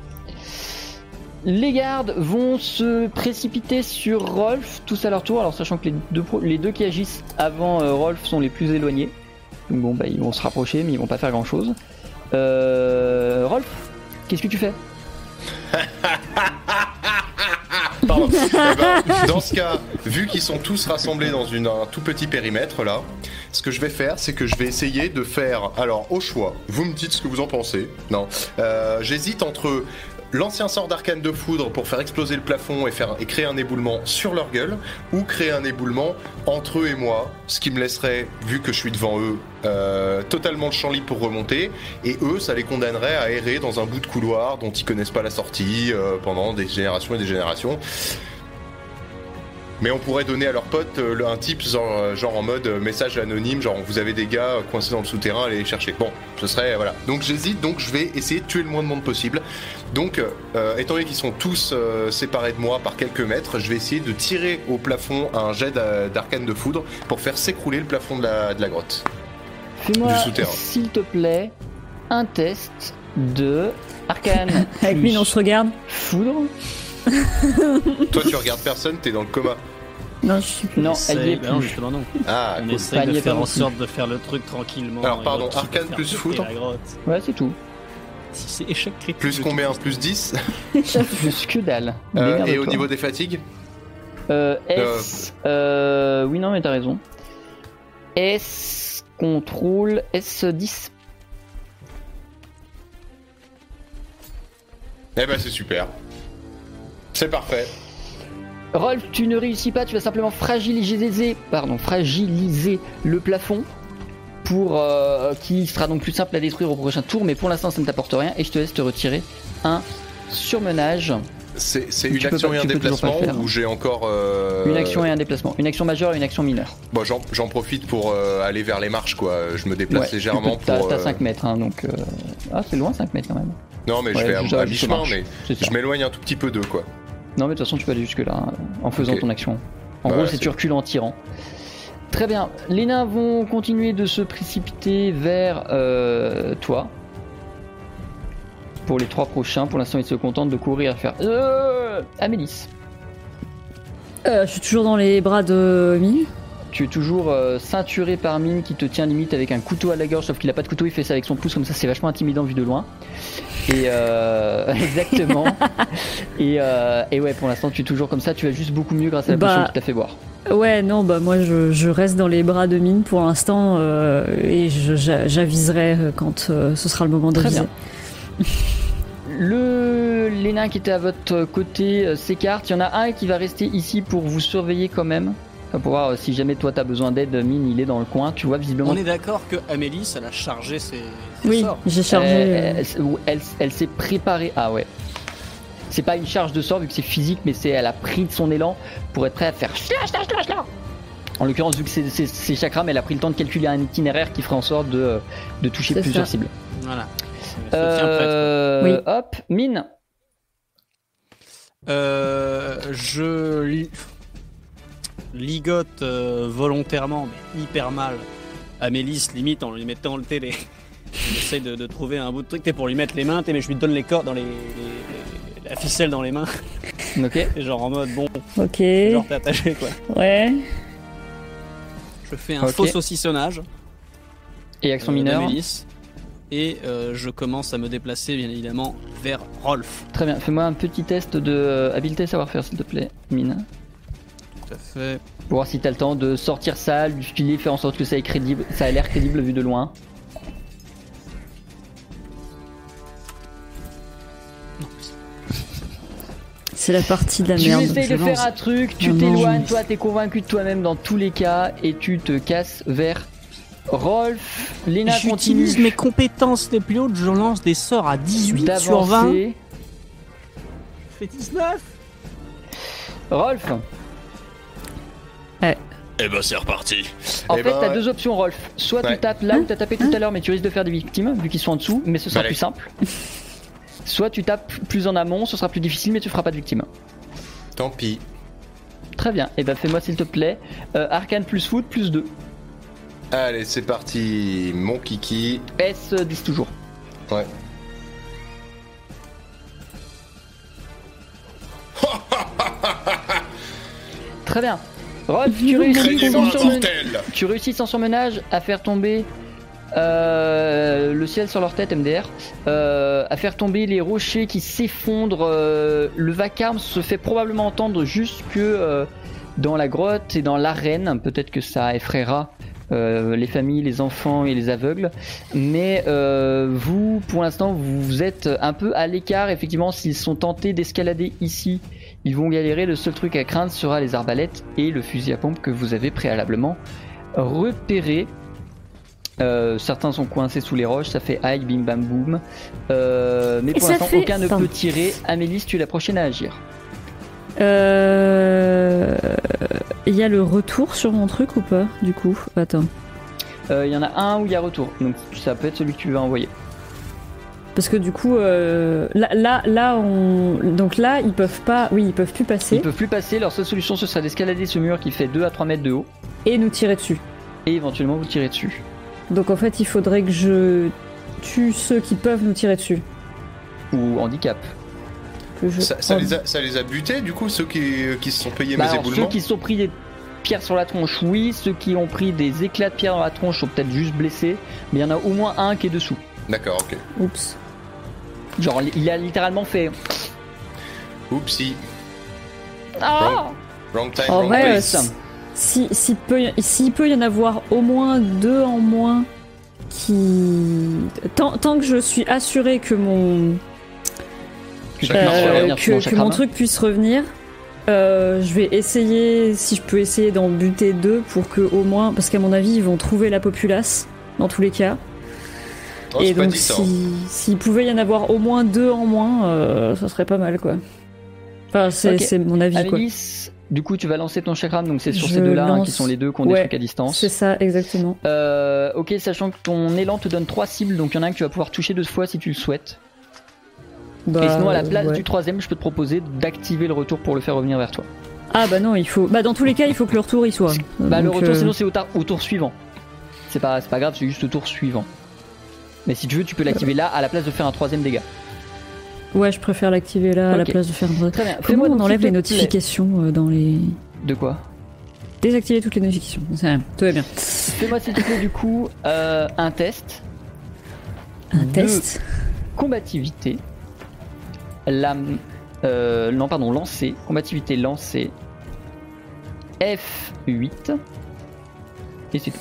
Les gardes vont se précipiter sur Rolf, tous à leur tour, alors sachant que les deux, pro- les deux qui agissent avant euh, Rolf sont les plus éloignés. Donc bon, bah ils vont se rapprocher, mais ils vont pas faire grand chose. Euh, Rolf, qu'est-ce que tu fais
Pardon. [LAUGHS] Eh ben, dans ce cas, vu qu'ils sont tous rassemblés dans une- un tout petit périmètre là, ce que je vais faire, c'est que je vais essayer de faire. Alors, au choix, vous me dites ce que vous en pensez. Non, Euh, j'hésite entre l'ancien sort d'arcane de foudre pour faire exploser le plafond et, faire, et créer un éboulement sur leur gueule, ou créer un éboulement entre eux et moi, ce qui me laisserait, vu que je suis devant eux, euh, totalement le champ libre pour remonter, et eux, ça les condamnerait à errer dans un bout de couloir dont ils connaissent pas la sortie euh, pendant des générations et des générations. Mais on pourrait donner à leurs potes euh, le- un type genre, euh, genre en mode euh, message anonyme, genre vous avez des gars euh, coincés dans le souterrain, allez les chercher. Bon, ce serait euh, voilà. Donc j'hésite, donc je vais essayer de tuer le moins de monde possible. Donc, euh, étant donné qu'ils sont tous euh, séparés de moi par quelques mètres, je vais essayer de tirer au plafond un jet d'a- d'arcane de foudre pour faire s'écrouler le plafond de la, de la grotte.
Fais-moi,
Du souterrain.
s'il te plaît, un test de arcane
Avec
plus
mine, on se regarde.
foudre.
Toi, tu regardes personne, t'es dans le coma.
Non, je suis
Non,
C'est-
elle y est
Ben
bah non,
plus.
justement, non.
Ah,
On
cool.
Bah,
essaye
il
de
y est pas
faire
non
en
plus.
sorte de faire le truc tranquillement.
Alors,
et
pardon,
l'autre qui va
arcane
faire
plus
péter
foudre.
la grotte.
Ouais, c'est tout.
Si c'est échec critique.
plus
je
combien Plus 10
Plus que dalle.
Euh, Et
Démerde-toi.
au niveau des fatigues
Euh, S. euh, Oui, non, mais t'as raison. S. Contrôle S10.
Eh ben, c'est super. C'est parfait.
Rolf, tu ne réussis pas, tu vas simplement fragiliser, pardon, fragiliser le plafond pour euh, qui sera donc plus simple à détruire au prochain tour, mais pour l'instant ça ne t'apporte rien et je te laisse te retirer un surmenage,
C'est c'est
Tu
une
peux
action
pas-
et un
tu peux toujours pas le
déplacement
faire. hein.
où j'ai encore. euh,
une action et un déplacement, une action majeure et une action mineure.
Bon, j'en j'en profite pour euh, aller vers les marches, quoi. Je me déplace
Ouais,
légèrement
tu peux- T'as
pour.
t'as
euh,
5 mètres, hein, donc. euh, Ah, c'est loin 5 mètres quand même.
Non, mais je
Ouais,
vais
juste
à,
à-
à
juste aux
mi-chemin,
marches.
mais
C'est ça.
je m'éloigne un tout petit peu d'eux, quoi.
Non, mais de toute façon, tu peux aller jusque-là hein, en faisant
Ok. Bah
ton action. En
Ouais,
gros,
c'est-
c'est tu recules en tirant. Très bien. Les nains vont continuer de se précipiter vers euh, toi. Pour les trois prochains, pour l'instant, ils se contentent de courir et faire. Euh, Amélis,
[LAUGHS] Euh, je suis toujours dans les bras de Mine.
tu es toujours euh, ceinturé par Mine qui te tient limite avec un couteau à la gorge, sauf qu'il a pas de couteau, il fait ça avec son pouce, comme ça, c'est vachement intimidant vu de loin. Et euh, [LAUGHS] exactement. et, euh, et ouais, pour l'instant, tu es toujours comme ça, tu vas juste beaucoup mieux grâce à la
Bah.
potion qui t'a fait boire.
Ouais, non, bah moi je, je reste dans les bras de Mine pour l'instant euh, et je- j'a- j'aviserai euh, quand euh, ce sera le moment
Très
d'aviser.
bien. Le... Les nains qui étaient à votre côté euh, s'écartent. Il y en a un qui va rester ici pour vous surveiller quand même. Enfin, pour voir euh, si jamais toi t'as besoin d'aide, Mine il est dans le coin. Tu vois visiblement.
On est d'accord que Amélie, elle a chargé ses, ses
Oui,
sorts.
j'ai
Euh,
chargé. euh,
elle- elle- elle elle s'est préparée. Ah ouais. C'est pas une charge de sort vu que c'est physique, mais c'est elle a pris de son élan pour être prête à faire. chla, chla, chla, chla. En l'occurrence, vu que c'est- c'est c'est chakram, elle a pris le temps de calculer un itinéraire qui ferait en sorte de, de toucher
C'est
plusieurs
ça.
cibles.
Voilà.
Euh,
Oui.
Hop, mine.
Euh, je li- ligote euh, volontairement, mais hyper mal, Amélis, limite en lui mettant le télé. [LAUGHS] J'essaie de, de trouver un bout de truc t'es, pour lui mettre les mains, t'es, mais je lui donne les cordes dans les, les- les- la ficelle dans les mains. [LAUGHS]
Ok.
Et genre en mode, bon,
euh, ok,
genre t'es attaché quoi.
ouais.
Je fais un
Ok.
faux saucissonnage
Et action
euh,
mineure.
d'Amélis. Et euh, je commence à me déplacer, bien évidemment, vers Rolf.
Très bien, fais-moi un petit test de euh, habileté savoir-faire, s'il te plaît, Mine.
Tout à fait.
Pour voir si t'as le temps de sortir ça, lui filer, faire en sorte que ça, ait crédible, ça a l'air crédible vu de loin.
C'est la partie de la
Tu
merde.
essayes
je
de faire
lance. Ah
un truc, tu
Non,
t'éloignes,
non.
toi t'es convaincu de toi-même dans tous les cas, et tu te casses vers Rolf. Lena continue
J'utilise mes compétences les plus hautes, je lance des sorts à 18 sur 20.
d'avancer.
fait 19
Rolf,
Eh ben c'est reparti.
en
Eh
fait,
ben,
t'as
ouais.
deux options, Rolf. Soit
Ouais.
tu tapes là où t'as tapé tout à l'heure, mais tu risques de faire des victimes, vu qu'ils sont en dessous, mais ce sera
Bah,
plus
là.
simple. Soit tu tapes plus en amont, ce sera plus difficile, mais tu feras pas de victimes.
Tant pis.
Très bien, et ben fais-moi s'il te plaît. euh, arcane plus foot plus 2.
Allez, c'est parti, mon kiki.
S10 toujours. [LAUGHS] Très bien. Rolf, tu réussis,
Craignez-moi
sans
un
surmen-
mortel.
tu réussis sans surmenage à faire tomber euh, le ciel sur leur tête, MDR, euh, à faire tomber les rochers qui s'effondrent. euh, le vacarme se fait probablement entendre jusque euh, dans la grotte et dans l'arène. Peut-être que ça effraiera euh, les familles, les enfants et les aveugles. Mais euh, vous, pour l'instant, vous êtes un peu à l'écart. Effectivement, s'ils sont tentés d'escalader ici, ils vont galérer. Le seul truc à craindre sera les arbalètes et le fusil à pompe que vous avez préalablement repéré. Euh, certains sont coincés sous les roches, ça fait aïe, bim bam boum. Euh, mais
Et
pour
ça
l'instant,
fait-
aucun ne
Pardon.
peut tirer. Amélis, tu es la prochaine à agir.
Euh. Il y a le retour sur mon truc ou pas, du coup Attends.
Euh, Il y en a un où il y a retour, donc ça peut être celui que tu veux envoyer.
Parce que du coup, euh, là, là, là, on. Donc là, ils peuvent pas. Oui, ils peuvent plus
Ils
passer
peuvent plus passer, leur seule solution ce serait d'escalader ce mur qui fait 2 à 3 mètres de haut
et nous tirer dessus.
et éventuellement vous tirer dessus.
Donc en fait, il faudrait que je tue ceux qui peuvent nous tirer dessus.
Ou handicap.
Que je...
Ça, ça les a, ça les a butés, du coup, ceux qui, euh, qui se sont payés
Ah. Bah
mes
alors, ceux
éboulements
qui se sont pris des pierres sur la tronche, oui. Ceux qui ont pris des éclats de pierre dans la tronche sont peut-être juste blessés, mais il y en a au moins un qui est dessous.
D'accord, ok.
Oups.
Genre, il a littéralement fait.
Oupsie.
Ah
Wrong time,
En
wrong
vrai, euh,
place.
si- si- s'il peut, y- s'il peut y en avoir au moins deux en moins qui. Tant, tant que je suis assuré que mon,
Chaque
euh,
marche à
revenir sur mon
que, que mon
chakram.
truc puisse revenir, euh, je vais essayer, si je peux essayer d'en buter deux pour que au moins. Parce qu'à mon avis, ils vont trouver la populace, dans tous les cas.
euh,
Oh,
Et
c'est pas
donc,
dit, ça. hein.
si- s'il pouvait y en avoir au moins deux en moins, euh, ça serait pas mal, quoi. Enfin, c'est
Ok.
c'est mon avis, quoi.
Amélis, du coup, tu vas lancer ton chakram, donc c'est sur
Je
ces deux-là hein,
lance-
qui sont les deux qui ont
Ouais,
des trucs à distance.
C'est ça, exactement.
Euh, ok, sachant que ton élan te donne trois cibles, donc il y en a un que tu vas pouvoir toucher deux fois si tu le souhaites.
Bah,
Et sinon, à la place
ouais.
du troisième, je peux te proposer d'activer le retour pour le faire revenir vers toi.
Ah bah non, il faut. Bah dans tous les cas, il faut que le retour y soit.
Bah, le
Donc,
retour,
euh,
sinon, c'est au, tar- au tour suivant. C'est pas, c'est pas grave, c'est juste au tour suivant. Mais si tu veux, tu peux l'activer là à la place de faire un troisième dégât.
Ouais, je préfère l'activer là à la
Ok.
place de faire. un-
Très bien,
Comment
fais-moi
on
donc,
enlève
s'il
les
te plaît.
notifications euh, dans les.
De quoi
Désactiver toutes les notifications. Ça, Tout va bien.
Fais-moi, s'il te plaît, du coup, euh, un test.
Un Mmh.
Deux.
test.
combativité, lame, euh, non pardon, lancer, combativité lancer, F8, et c'est tout.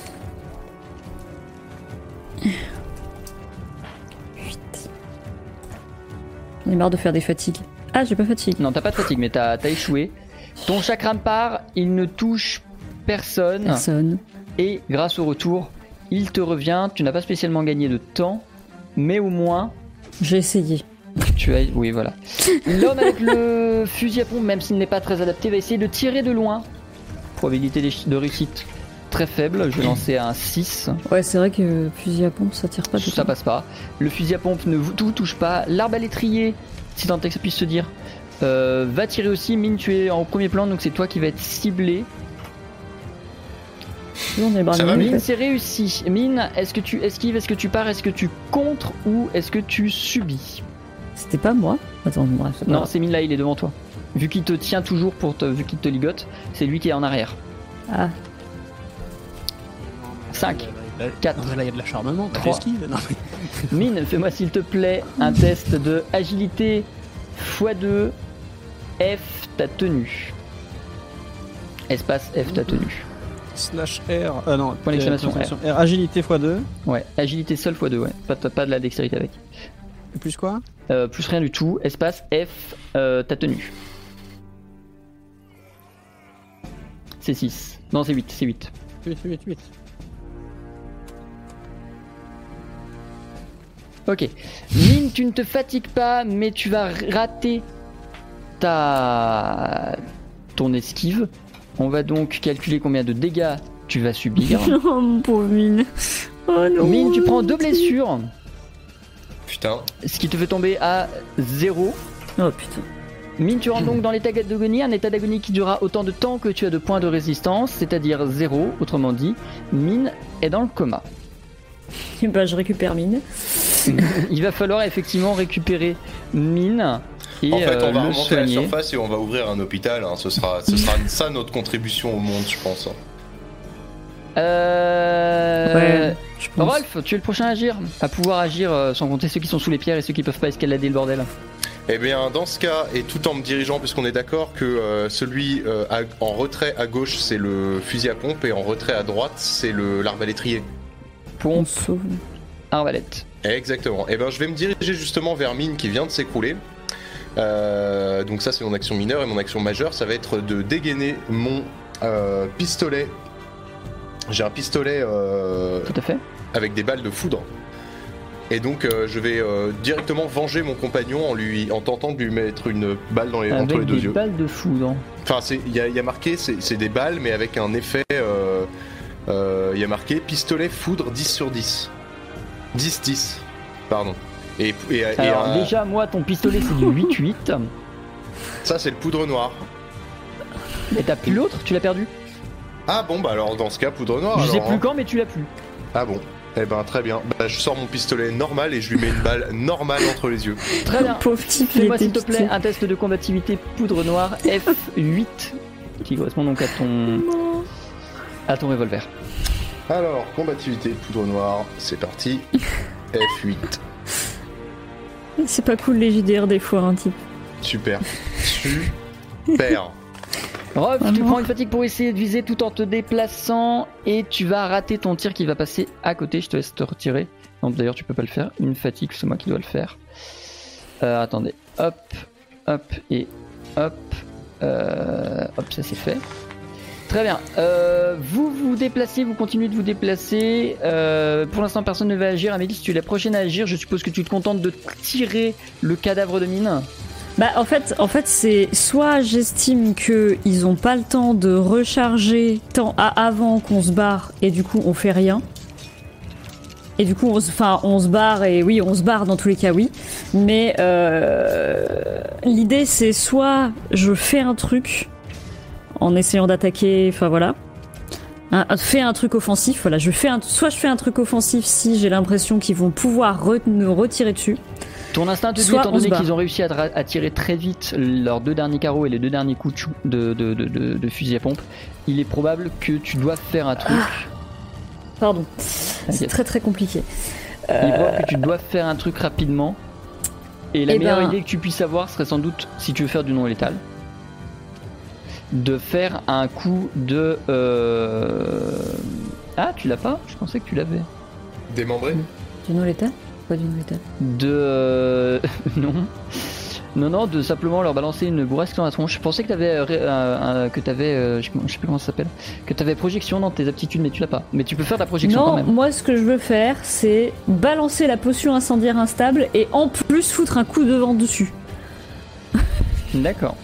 On est marre de faire des fatigues. Ah, j'ai pas fatigue.
Non, t'as pas de fatigue, mais t'as t'as échoué. Ton chakram part, il ne touche
Ah.
personne,
Personne.
et grâce au retour, il te revient. Tu n'as pas spécialement gagné de temps, mais au moins,
J'ai essayé.
Tu as... Oui, voilà. L'homme avec le fusil à pompe, même s'il n'est pas très adapté, va essayer de tirer de loin. Probabilité d'éch- de réussite très faible. Je vais lancer un 6.
Ouais, c'est vrai que fusil à pompe, ça tire pas du
Ça
tout.
passe pas. Le fusil à pompe ne vous tout touche pas. L'arbalétrier, si tant est que ça puisse se dire, euh, va tirer aussi. Mine, tu es en premier plan, donc c'est toi qui vas être ciblé.
On est marre
Ça
de
va,
nous, en
Mine,
fait.
c'est réussi. Mine, est-ce que tu esquives, est-ce que tu pars, est-ce que tu contres ou est-ce que tu subis
C'était pas moi. Attends, bref. c'est pas
Non,
grave.
c'est Mine là, il est devant toi. Vu qu'il te tient toujours pour te, vu qu'il te ligote, c'est lui qui est en arrière.
Ah.
5,
Non,
4.
mais là, Ah, bah, il y a de l'acharnement, t'as
Trois.
l'esquive. Non, mais-
Mine, fais-moi s'il te plaît un test de agilité x2 F ta tenue. Espace F ta tenue.
Slash R. Ah non,
Point
euh,
d'exclamation
point d'exclamation R. Agilité x2.
Ouais, agilité seule x2, ouais. Pas, de- pas de la dextérité avec.
Et plus quoi
Euh, plus rien du tout, espace F euh, ta tenue. C'est 6. Non, c'est 8, c'est 8.
8, 8, 8.
Ok. Mine, tu ne te fatigues pas, mais tu vas rater ta ton esquive. On va donc calculer combien de dégâts tu
[LAUGHS]
vas subir.
Oh, mon pauvre mine. Oh non.
Mine, tu prends deux blessures,
Putain.
ce qui te fait tomber à 0.
Oh putain. [LAUGHS]
Mine, tu rentres donc dans l'état d'agonie, un état d'agonie qui durera autant de temps que tu as de points de résistance, c'est-à-dire 0, autrement dit, Mine est dans le coma.
Eh ben, je récupère mine.
Il va falloir effectivement récupérer Mine et
en fait,
euh,
on va
le
remonter à la
soigner.
surface et on va ouvrir un hôpital. hein. Ce sera, ce sera ça notre contribution au monde, je pense. hein.
Euh...
Ouais, je pense.
Rolf, tu es le prochain à agir, à pouvoir agir euh, sans compter ceux qui sont sous les pierres et ceux qui peuvent pas escalader le bordel.
Eh bien, dans ce cas, et tout en me dirigeant, puisqu'on est d'accord que euh, celui euh, à- en retrait à gauche, c'est le fusil à pompe, et en retrait à droite, c'est le l'arbalétrier.
Pour Ah,
On sauve.
arbalète.
Exactement. Eh ben, je vais me diriger justement vers Mine qui vient de s'écrouler. Euh, donc ça, c'est mon action mineure et mon action majeure, ça va être de dégainer mon euh, pistolet. J'ai un pistolet euh,
Tout à fait.
avec des balles de foudre. Et donc, euh, je vais euh, directement venger mon compagnon en lui, en tentant de lui mettre une balle dans les, entre les
Avec
deux
des
yeux.
balles de foudre.
Enfin, c'est- il y, a- il y a marqué, c'est c'est des balles, mais avec un effet. euh, euh, Il y a marqué pistolet foudre 10 sur 10. 10-10, pardon. Et, et- et euh,
Alors
un-
déjà, moi, ton pistolet c'est du 8-8.
ça, c'est le poudre noir.
Et t'as plus l'autre, tu l'as perdu.
Ah bon, bah alors dans ce cas, poudre noire.
Je sais
alors,
plus
hein.
quand, mais tu l'as plus.
Ah bon. Eh ben, très bien. Bah, je sors mon pistolet normal et je lui mets une balle normale entre les yeux.
Très bien.
Pauvre petit, il
Fais-moi
était
s'il te
pitié.
plaît un test de combativité poudre noire F8 qui correspond donc à ton
Non.
à ton revolver.
Alors, combativité, poudre noire, c'est
[LAUGHS]
parti. F8.
C'est pas cool les JDR des fois, un type.
[LAUGHS]
Super. Super.
Rob, tu
Vraiment.
prends une fatigue pour essayer de viser tout en te déplaçant et tu vas rater ton tir qui va passer à côté. Je te laisse te retirer. Non, d'ailleurs, tu peux pas le faire. Une fatigue, c'est moi qui dois le faire. Euh, attendez. Hop, hop et hop. Euh, hop, ça c'est fait. Très bien. Euh, vous vous déplacez, vous continuez de vous déplacer. Euh, pour l'instant, personne ne va agir. Amélie, si tu es la prochaine à agir, je suppose que tu te contentes de tirer le cadavre de mine.
Bah en fait, en fait c'est soit j'estime que ils ont pas le temps de recharger tant à avant qu'on se barre et du coup on fait rien. Et du coup on se, enfin on se barre et oui on se barre dans tous les cas oui. Mais euh, l'idée c'est soit je fais un truc en essayant d'attaquer, enfin voilà. Un- un- fais un truc offensif, voilà, je fais un, soit je fais un truc offensif si j'ai l'impression qu'ils vont pouvoir re- nous retirer dessus.
Ton instinct te dit,
Soit
étant
on se
donné
bat.
qu'ils ont réussi à, dra- à tirer très vite leurs deux derniers carreaux et les deux derniers coups de chou- de, de, de, de- de fusil à pompe, il est probable que tu dois faire un truc.
Pardon, c'est
T'inquiète.
très très compliqué. Ah,
Il est probable que tu dois faire un truc rapidement. Et la
euh. Eh
meilleure
ben-
idée que tu puisses avoir serait sans doute, si tu veux faire du non létal, de faire un coup de. euh, Ah, tu l'as pas Je pensais que tu l'avais.
Démembré
Du non l'état Quoi du non l'état
De. euh, [LAUGHS] non. Non, non, de simplement leur balancer une bourrasque dans la tronche. Je pensais que t'avais. euh, ré- euh, euh, que t'avais. euh, je je sais plus comment ça s'appelle. Que t'avais projection dans tes aptitudes, mais tu l'as pas. Mais tu peux faire ta projection quand
Non,
même.
moi ce que je veux faire, c'est balancer la potion incendiaire instable et en plus foutre un coup de vent dessus.
D'accord.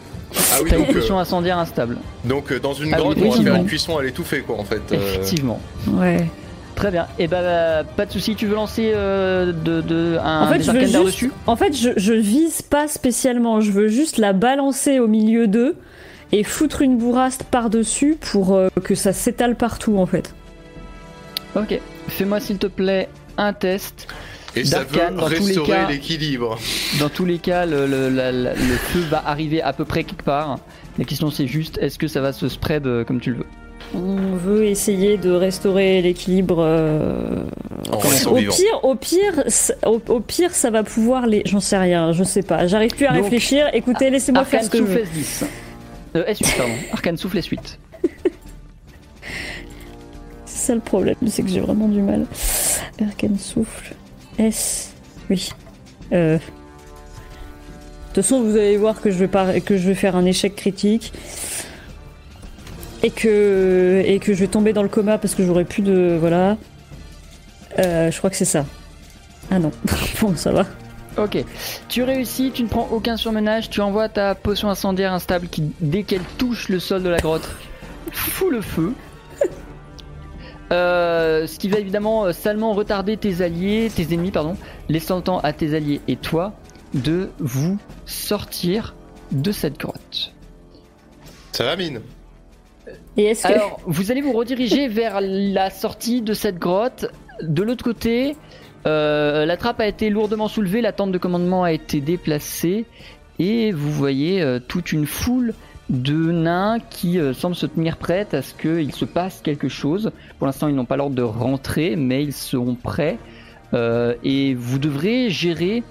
Ah oui,
T'as une
donc, euh,
potion incendiaire instable.
donc euh, dans une
Ah oui,
grotte, on va faire
effectivement.
une cuisson à l'étouffée, quoi, en fait. euh.
Effectivement.
Ouais.
Très bien. Et bah, pas de souci. Tu veux lancer euh, de, de, un
En fait,
des
je veux
arcanes d'art
juste-
dessus
En fait, je, je vise pas spécialement, je veux juste la balancer au milieu d'eux et foutre une bourraste par-dessus pour euh, que ça s'étale partout en fait.
Ok. Fais-moi s'il te plaît un test.
euh, Et ça veut
d'arcane, dans tous les cas.
restaurer l'équilibre.
Dans tous les cas, le, le- la- la- le feu va arriver à peu près quelque part. La question c'est juste, est-ce que ça va se spread euh, comme tu le veux
On veut essayer de restaurer l'équilibre. euh,
En restant
Au
vivant.
pire, au pire, c- au, au pire, ça va pouvoir les. J'en sais rien, je sais pas. J'arrive plus à
Donc,
réfléchir. Écoutez, laissez-moi faire ce
Arcane
que je
souffle
veux.
S10. Euh, S8, pardon. Arcane souffle S8.
C'est ça le problème, c'est que j'ai vraiment du mal. Arcane souffle. S. Oui. Euh. De toute façon, vous allez voir que je vais pas, que je vais faire un échec critique et que et que je vais tomber dans le coma parce que j'aurai plus de voilà. Euh, je crois que c'est ça. Ah non, [LAUGHS] bon, ça va.
Ok. Tu réussis, tu ne prends aucun surmenage, tu envoies ta potion incendiaire instable qui, dès qu'elle touche le sol de la grotte, fout le feu. Euh, ce qui va évidemment euh, salement retarder tes alliés, tes ennemis, pardon, laissant le temps à tes alliés et toi de vous sortir de cette grotte.
Ça va, mine
Et est-ce que.
Alors, vous allez vous rediriger [LAUGHS] vers la sortie de cette grotte. De l'autre côté, euh, la trappe a été lourdement soulevée, la tente de commandement a été déplacée, et vous voyez euh, toute une foule de nains qui euh, semblent se tenir prêtes à ce qu'il se passe quelque chose. Pour l'instant, ils n'ont pas l'ordre de rentrer, mais ils seront prêts, euh, et vous devrez gérer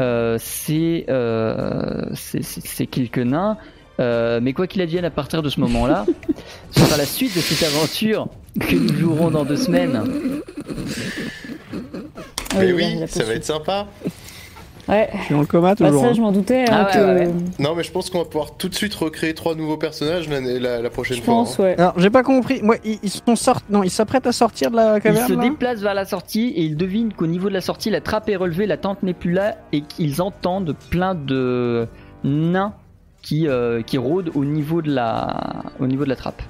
euh, ces, euh, ces- ces- ces quelques nains. Euh, mais quoi qu'il advienne à partir de ce moment-là, ce sera la suite de cette aventure que nous jouerons dans deux semaines.
Ah
Mais
oui, il a
oui,
la
ça va être sympa.
Ouais,
Je suis dans le coma
bah
toujours.
ça, je m'en doutais. hein,
Ah
que-
ouais, ouais,
Non, mais je pense qu'on va pouvoir tout de suite recréer trois nouveaux personnages l'année- la, la prochaine
Je
fois.
pense,
hein.
ouais.
Alors, j'ai pas compris. Moi, ils, ils sont sort... Non, ils s'apprêtent à sortir de la
Ils
caverne.
se
là
déplacent vers la sortie et ils devinent qu'au niveau de la sortie, la trappe est relevée, la tente n'est plus là et qu'ils entendent plein de nains qui, euh, qui rôdent au niveau de la, au niveau de la trappe.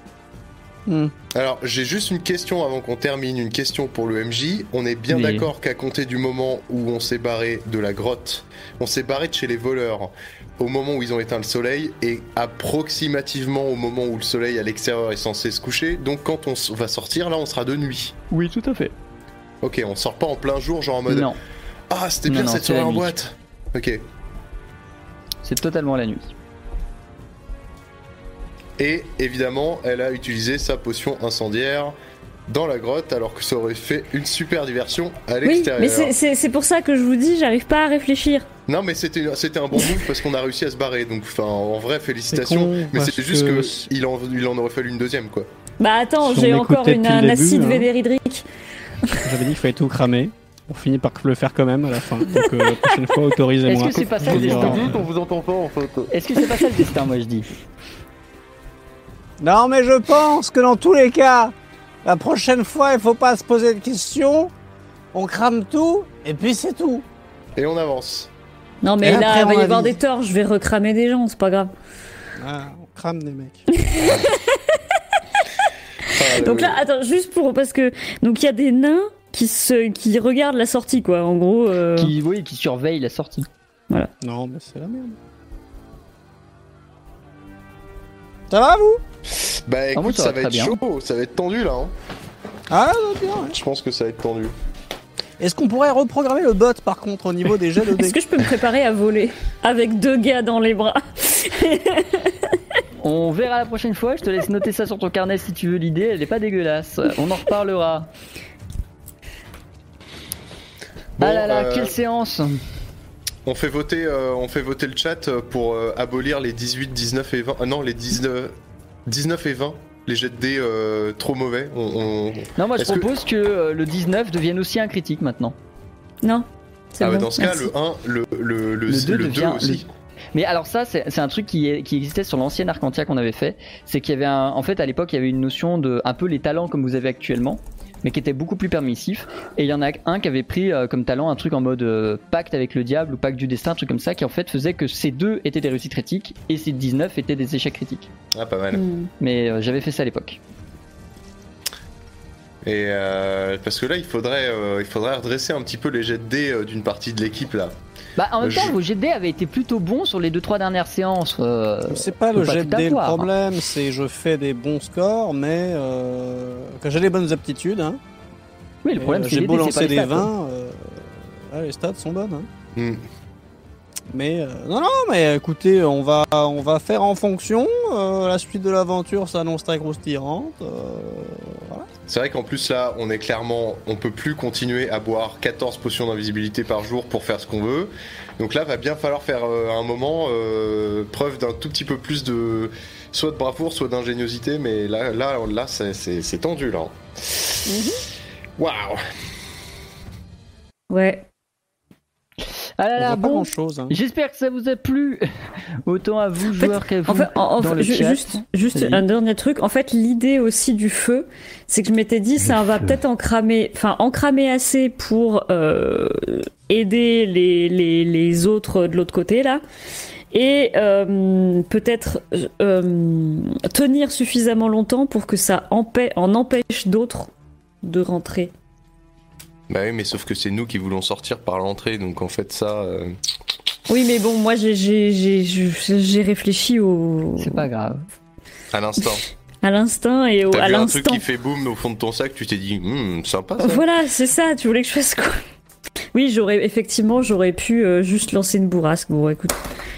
Alors, j'ai juste une question avant qu'on termine, une question pour le MJ. On est bien
Oui.
d'accord qu'à compter du moment où on s'est barré de la grotte, on s'est barré de chez les voleurs au moment où ils ont éteint le soleil et approximativement au moment où le soleil à l'extérieur est censé se coucher. Donc, quand on s- va sortir, là, on sera de nuit.
Oui, tout à fait.
Ok, on sort pas en plein jour, genre en mode
Non,
Ah, c'était
Non,
bien
non,
cette
c'est la
soirée en
nuit.
boîte. Ok.
c'est totalement la nuit.
Et évidemment, elle a utilisé sa potion incendiaire dans la grotte alors que ça aurait fait une super diversion à
Oui,
l'extérieur.
mais c'est- c'est c'est pour ça que je vous dis, j'arrive pas à réfléchir.
Non, mais c'était c'était un bon move parce qu'on a réussi à se barrer. Donc, enfin, en vrai,
C'est
félicitations.
con,
Mais
parce
c'est juste que,
si-
il, en, il en aurait fallu une deuxième, quoi.
Bah attends,
Si on
j'ai
m'écoutait
encore une,
depuis le
un
début,
acide
hein.
vénéridrique.
J'avais dit qu'il fallait tout cramer. On finit par le faire quand même à la fin. Donc, euh, la prochaine fois,
Est-ce
autorisez-moi.
que c'est pas ça
Je
le
veux dire,
destin
euh,
vous entend pas en fait.
Est-ce que c'est pas ça le destin, moi je dis
Non, mais je pense que dans tous les cas, la prochaine fois, il faut pas se poser de questions. On crame tout et puis c'est tout.
Et on avance.
Non mais
Et
là,
après,
il va
on
y avoir
avise.
des torts, je vais recramer des gens, c'est pas grave.
Ah, on crame des mecs.
[LAUGHS]
Enfin,
Donc
euh,
là, attends, juste pour parce que donc il y a des nains qui se qui regardent la sortie quoi. En gros, euh,
qui, Oui, qui surveille la sortie.
Non, mais c'est la merde. Ça va, vous
Bah écoute,
moi, ça
ça,
va
va
très
être
bien.
chaud, ça va être tendu là. hein.
Ah, ça va bien. ouais.
Je pense que ça va être tendu.
Est-ce qu'on pourrait reprogrammer le bot, par contre, au niveau [LAUGHS] des jets de dés
est-ce que je peux me préparer à voler avec deux gars dans les bras
On verra la prochaine fois, je te laisse noter ça sur ton carnet si tu veux l'idée, elle est pas dégueulasse. On en reparlera.
Bon,
ah là là,
euh,
quelle séance
On fait voter, euh, on fait voter le chat euh, pour euh, abolir les 18, 19 et 20. Ah non, les 19, 19 et 20. Les jets de dés euh, trop mauvais. On, on-
Non, moi je
Est-ce que-
propose que, euh, le 19 devienne aussi un critique maintenant.
Non. c'est
Ah bah
bon,
dans ce cas,
merci.
le 1, le, le, le,
Le deux
le deux
devient-
aussi.
Mais alors, ça, c'est c'est un truc qui, est- qui existait sur l'ancienne Arcantia qu'on avait fait. C'est qu'il y avait un. En fait, à l'époque, il y avait une notion de. Un peu les talents comme vous avez actuellement, mais qui était beaucoup plus permissif. Et il y en a un qui avait pris euh, comme talent un truc en mode euh, pacte avec le diable ou pacte du destin, un truc comme ça, qui en fait faisait que ces deux étaient des réussites critiques et ces 19 étaient des échecs critiques.
Ah, pas mal.
Hmm.
Mais euh, j'avais fait ça à l'époque.
Et euh, parce que là, il faudrait, euh, il faudrait redresser un petit peu les jets de dés euh, d'une partie de l'équipe là.
Bah en même temps,
Je-
vos GD avaient été plutôt bons sur les deux trois dernières séances. euh,
C'est pas
Faut
le
pas
jet
tout
de dés le
avoir, hein.
problème, c'est je fais des bons scores, mais euh, quand j'ai les bonnes aptitudes, hein,
Oui, le
et,
problème
euh,
c'est
j'ai
les
beau
dés, c'est pas
lancer
les
des
stats, hein.
20, euh, ah, les stats sont bonnes. hein.
Hmm.
Mais euh, non, non, mais écoutez, on va, on va faire en fonction. euh, la suite de l'aventure s'annonce très croustillante. euh, voilà.
C'est vrai qu'en plus là, on est clairement, on peut plus continuer à boire 14 potions d'invisibilité par jour pour faire ce qu'on veut. Donc là, va bien falloir faire euh, à un moment euh, preuve d'un tout petit peu plus de soit de bravoure, soit d'ingéniosité. Mais là, là, là, c'est- c'est c'est tendu là.
Mm-hmm.
Waouh.
Ouais.
Ah là
On
là,
voit pas hein.
bon.
grand chose.
J'espère que ça vous a plu. [LAUGHS] Autant à vous joueurs qu'à vous.
En fait, en- en
dans
fait,
le
ju-
chat.
juste, juste
Vas-y.
un dernier truc. En fait, l'idée aussi du feu, c'est que je m'étais dit, ça va peut-être en cramer, enfin, en cramer assez pour euh, aider les, les, les autres de l'autre côté là et euh, peut-être euh, tenir suffisamment longtemps pour que ça empê- en empêche d'autres de rentrer.
Bah oui, mais sauf que c'est nous qui voulons sortir par l'entrée, donc en fait ça. euh,
Oui, mais bon, moi j'ai- j'ai- j'ai j'ai- j'ai réfléchi au
C'est pas grave.
À
[LAUGHS]
l'instant.
à l'instinct et au,
T'as
à
vu un truc
l'instant.
qui fait boum au fond de ton sac, tu t'es dit, hum, sympa ça.
Voilà, c'est ça. Tu voulais que je fasse quoi Oui, j'aurais effectivement j'aurais pu euh, juste lancer une bourrasque. Bon, écoute,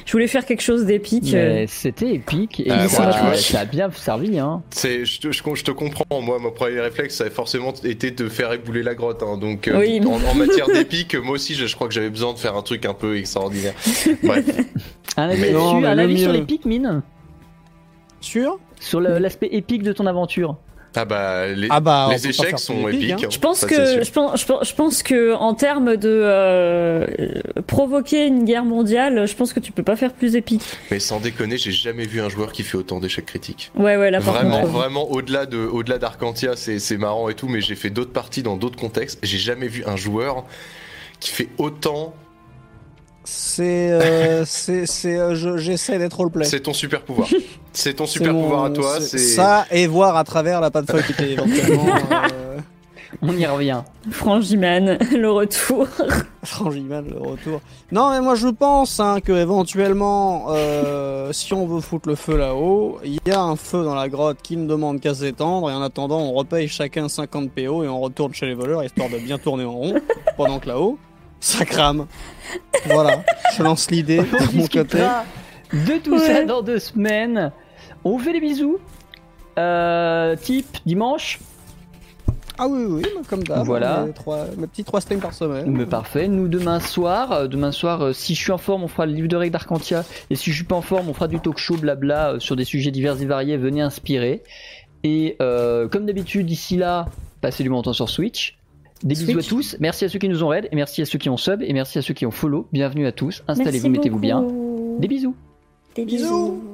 je voulais faire quelque chose d'épique. euh,
Mais c'était épique et
Ah,
ça,
ouais, tu vois.
ça a bien servi. Hein.
C'est, je, te- je com- je te comprends. Moi, mon premier réflexe, ça avait forcément été de faire ébouler la grotte. hein. Donc, euh,
Oui.
en, en
[LAUGHS]
matière d'épique, moi aussi, je, je crois que j'avais besoin de faire un truc un peu extraordinaire. Bref.
Un avis,
Mais-
là-dessus,
Non, mais
un
le
avis sur
mieux.
les Pikmin
Sûr
Sur le- l'aspect épique de ton aventure
Ah bah, les,
Ah bah, on
les
peut pas
échecs
faire
sont
plus épique,
épiques.
hein.
hein.
Je pense
Ça, c'est
que
sûr.
je pense, je pense, je pense que en termes de euh, provoquer une guerre mondiale, je pense que tu peux pas faire plus épique.
Mais sans déconner, j'ai jamais vu un joueur qui fait autant d'échecs critiques.
Ouais, ouais, là Ah, par
Vraiment,
contre.
vraiment, au-delà de, au-delà d'Arcantia, c'est, c'est marrant et tout, mais j'ai fait d'autres parties dans d'autres contextes. J'ai jamais vu un joueur qui fait autant.
C'est.
[LAUGHS]
euh, c'est. c'est, euh, je- J'essaie d'être roleplay.
C'est ton super
[LAUGHS]
pouvoir. c'est ton
C'est
super
mon-
pouvoir à toi. C'est
c'est- Ça et voir à travers la pâte feuille qui était éventuellement.
[LAUGHS]
euh,
On y revient.
Frangiman, [LAUGHS] le retour.
Frangiman, le retour. Non, mais moi je pense hein, que éventuellement, euh, si on veut foutre le feu là-haut, il y a un feu dans la grotte qui ne demande qu'à s'étendre, et en attendant, on repaye chacun 50 PO et on retourne chez les voleurs histoire de bien tourner en
[LAUGHS]
rond, pendant que là-haut, ça crame. Voilà, je lance l'idée de [LAUGHS] mon côté.
discutera de tout ça dans deux semaines. On vous fait des bisous. Euh, type dimanche.
Ah oui, oui, oui, comme d'hab.
Voilà.
Mes, trois, mes petits 3 streams par semaine.
Mais parfait. Nous demain soir. euh, Demain soir, euh, si je suis en forme, on fera le livre de règles d'Arcantia. Et si je suis pas en forme, on fera du talk show blabla euh, sur des sujets divers et variés. Venez inspirer. Et euh, comme d'habitude, d'ici là, passez du bon temps sur Switch. Des bisous à
Switch.
tous. Merci à ceux qui nous ont raid. Et merci à ceux qui ont sub. Et merci à ceux qui ont follow. Bienvenue à tous.
Merci
Installez-vous, mettez-vous bien.
beaucoup.
Des bisous.
Des
Bisous.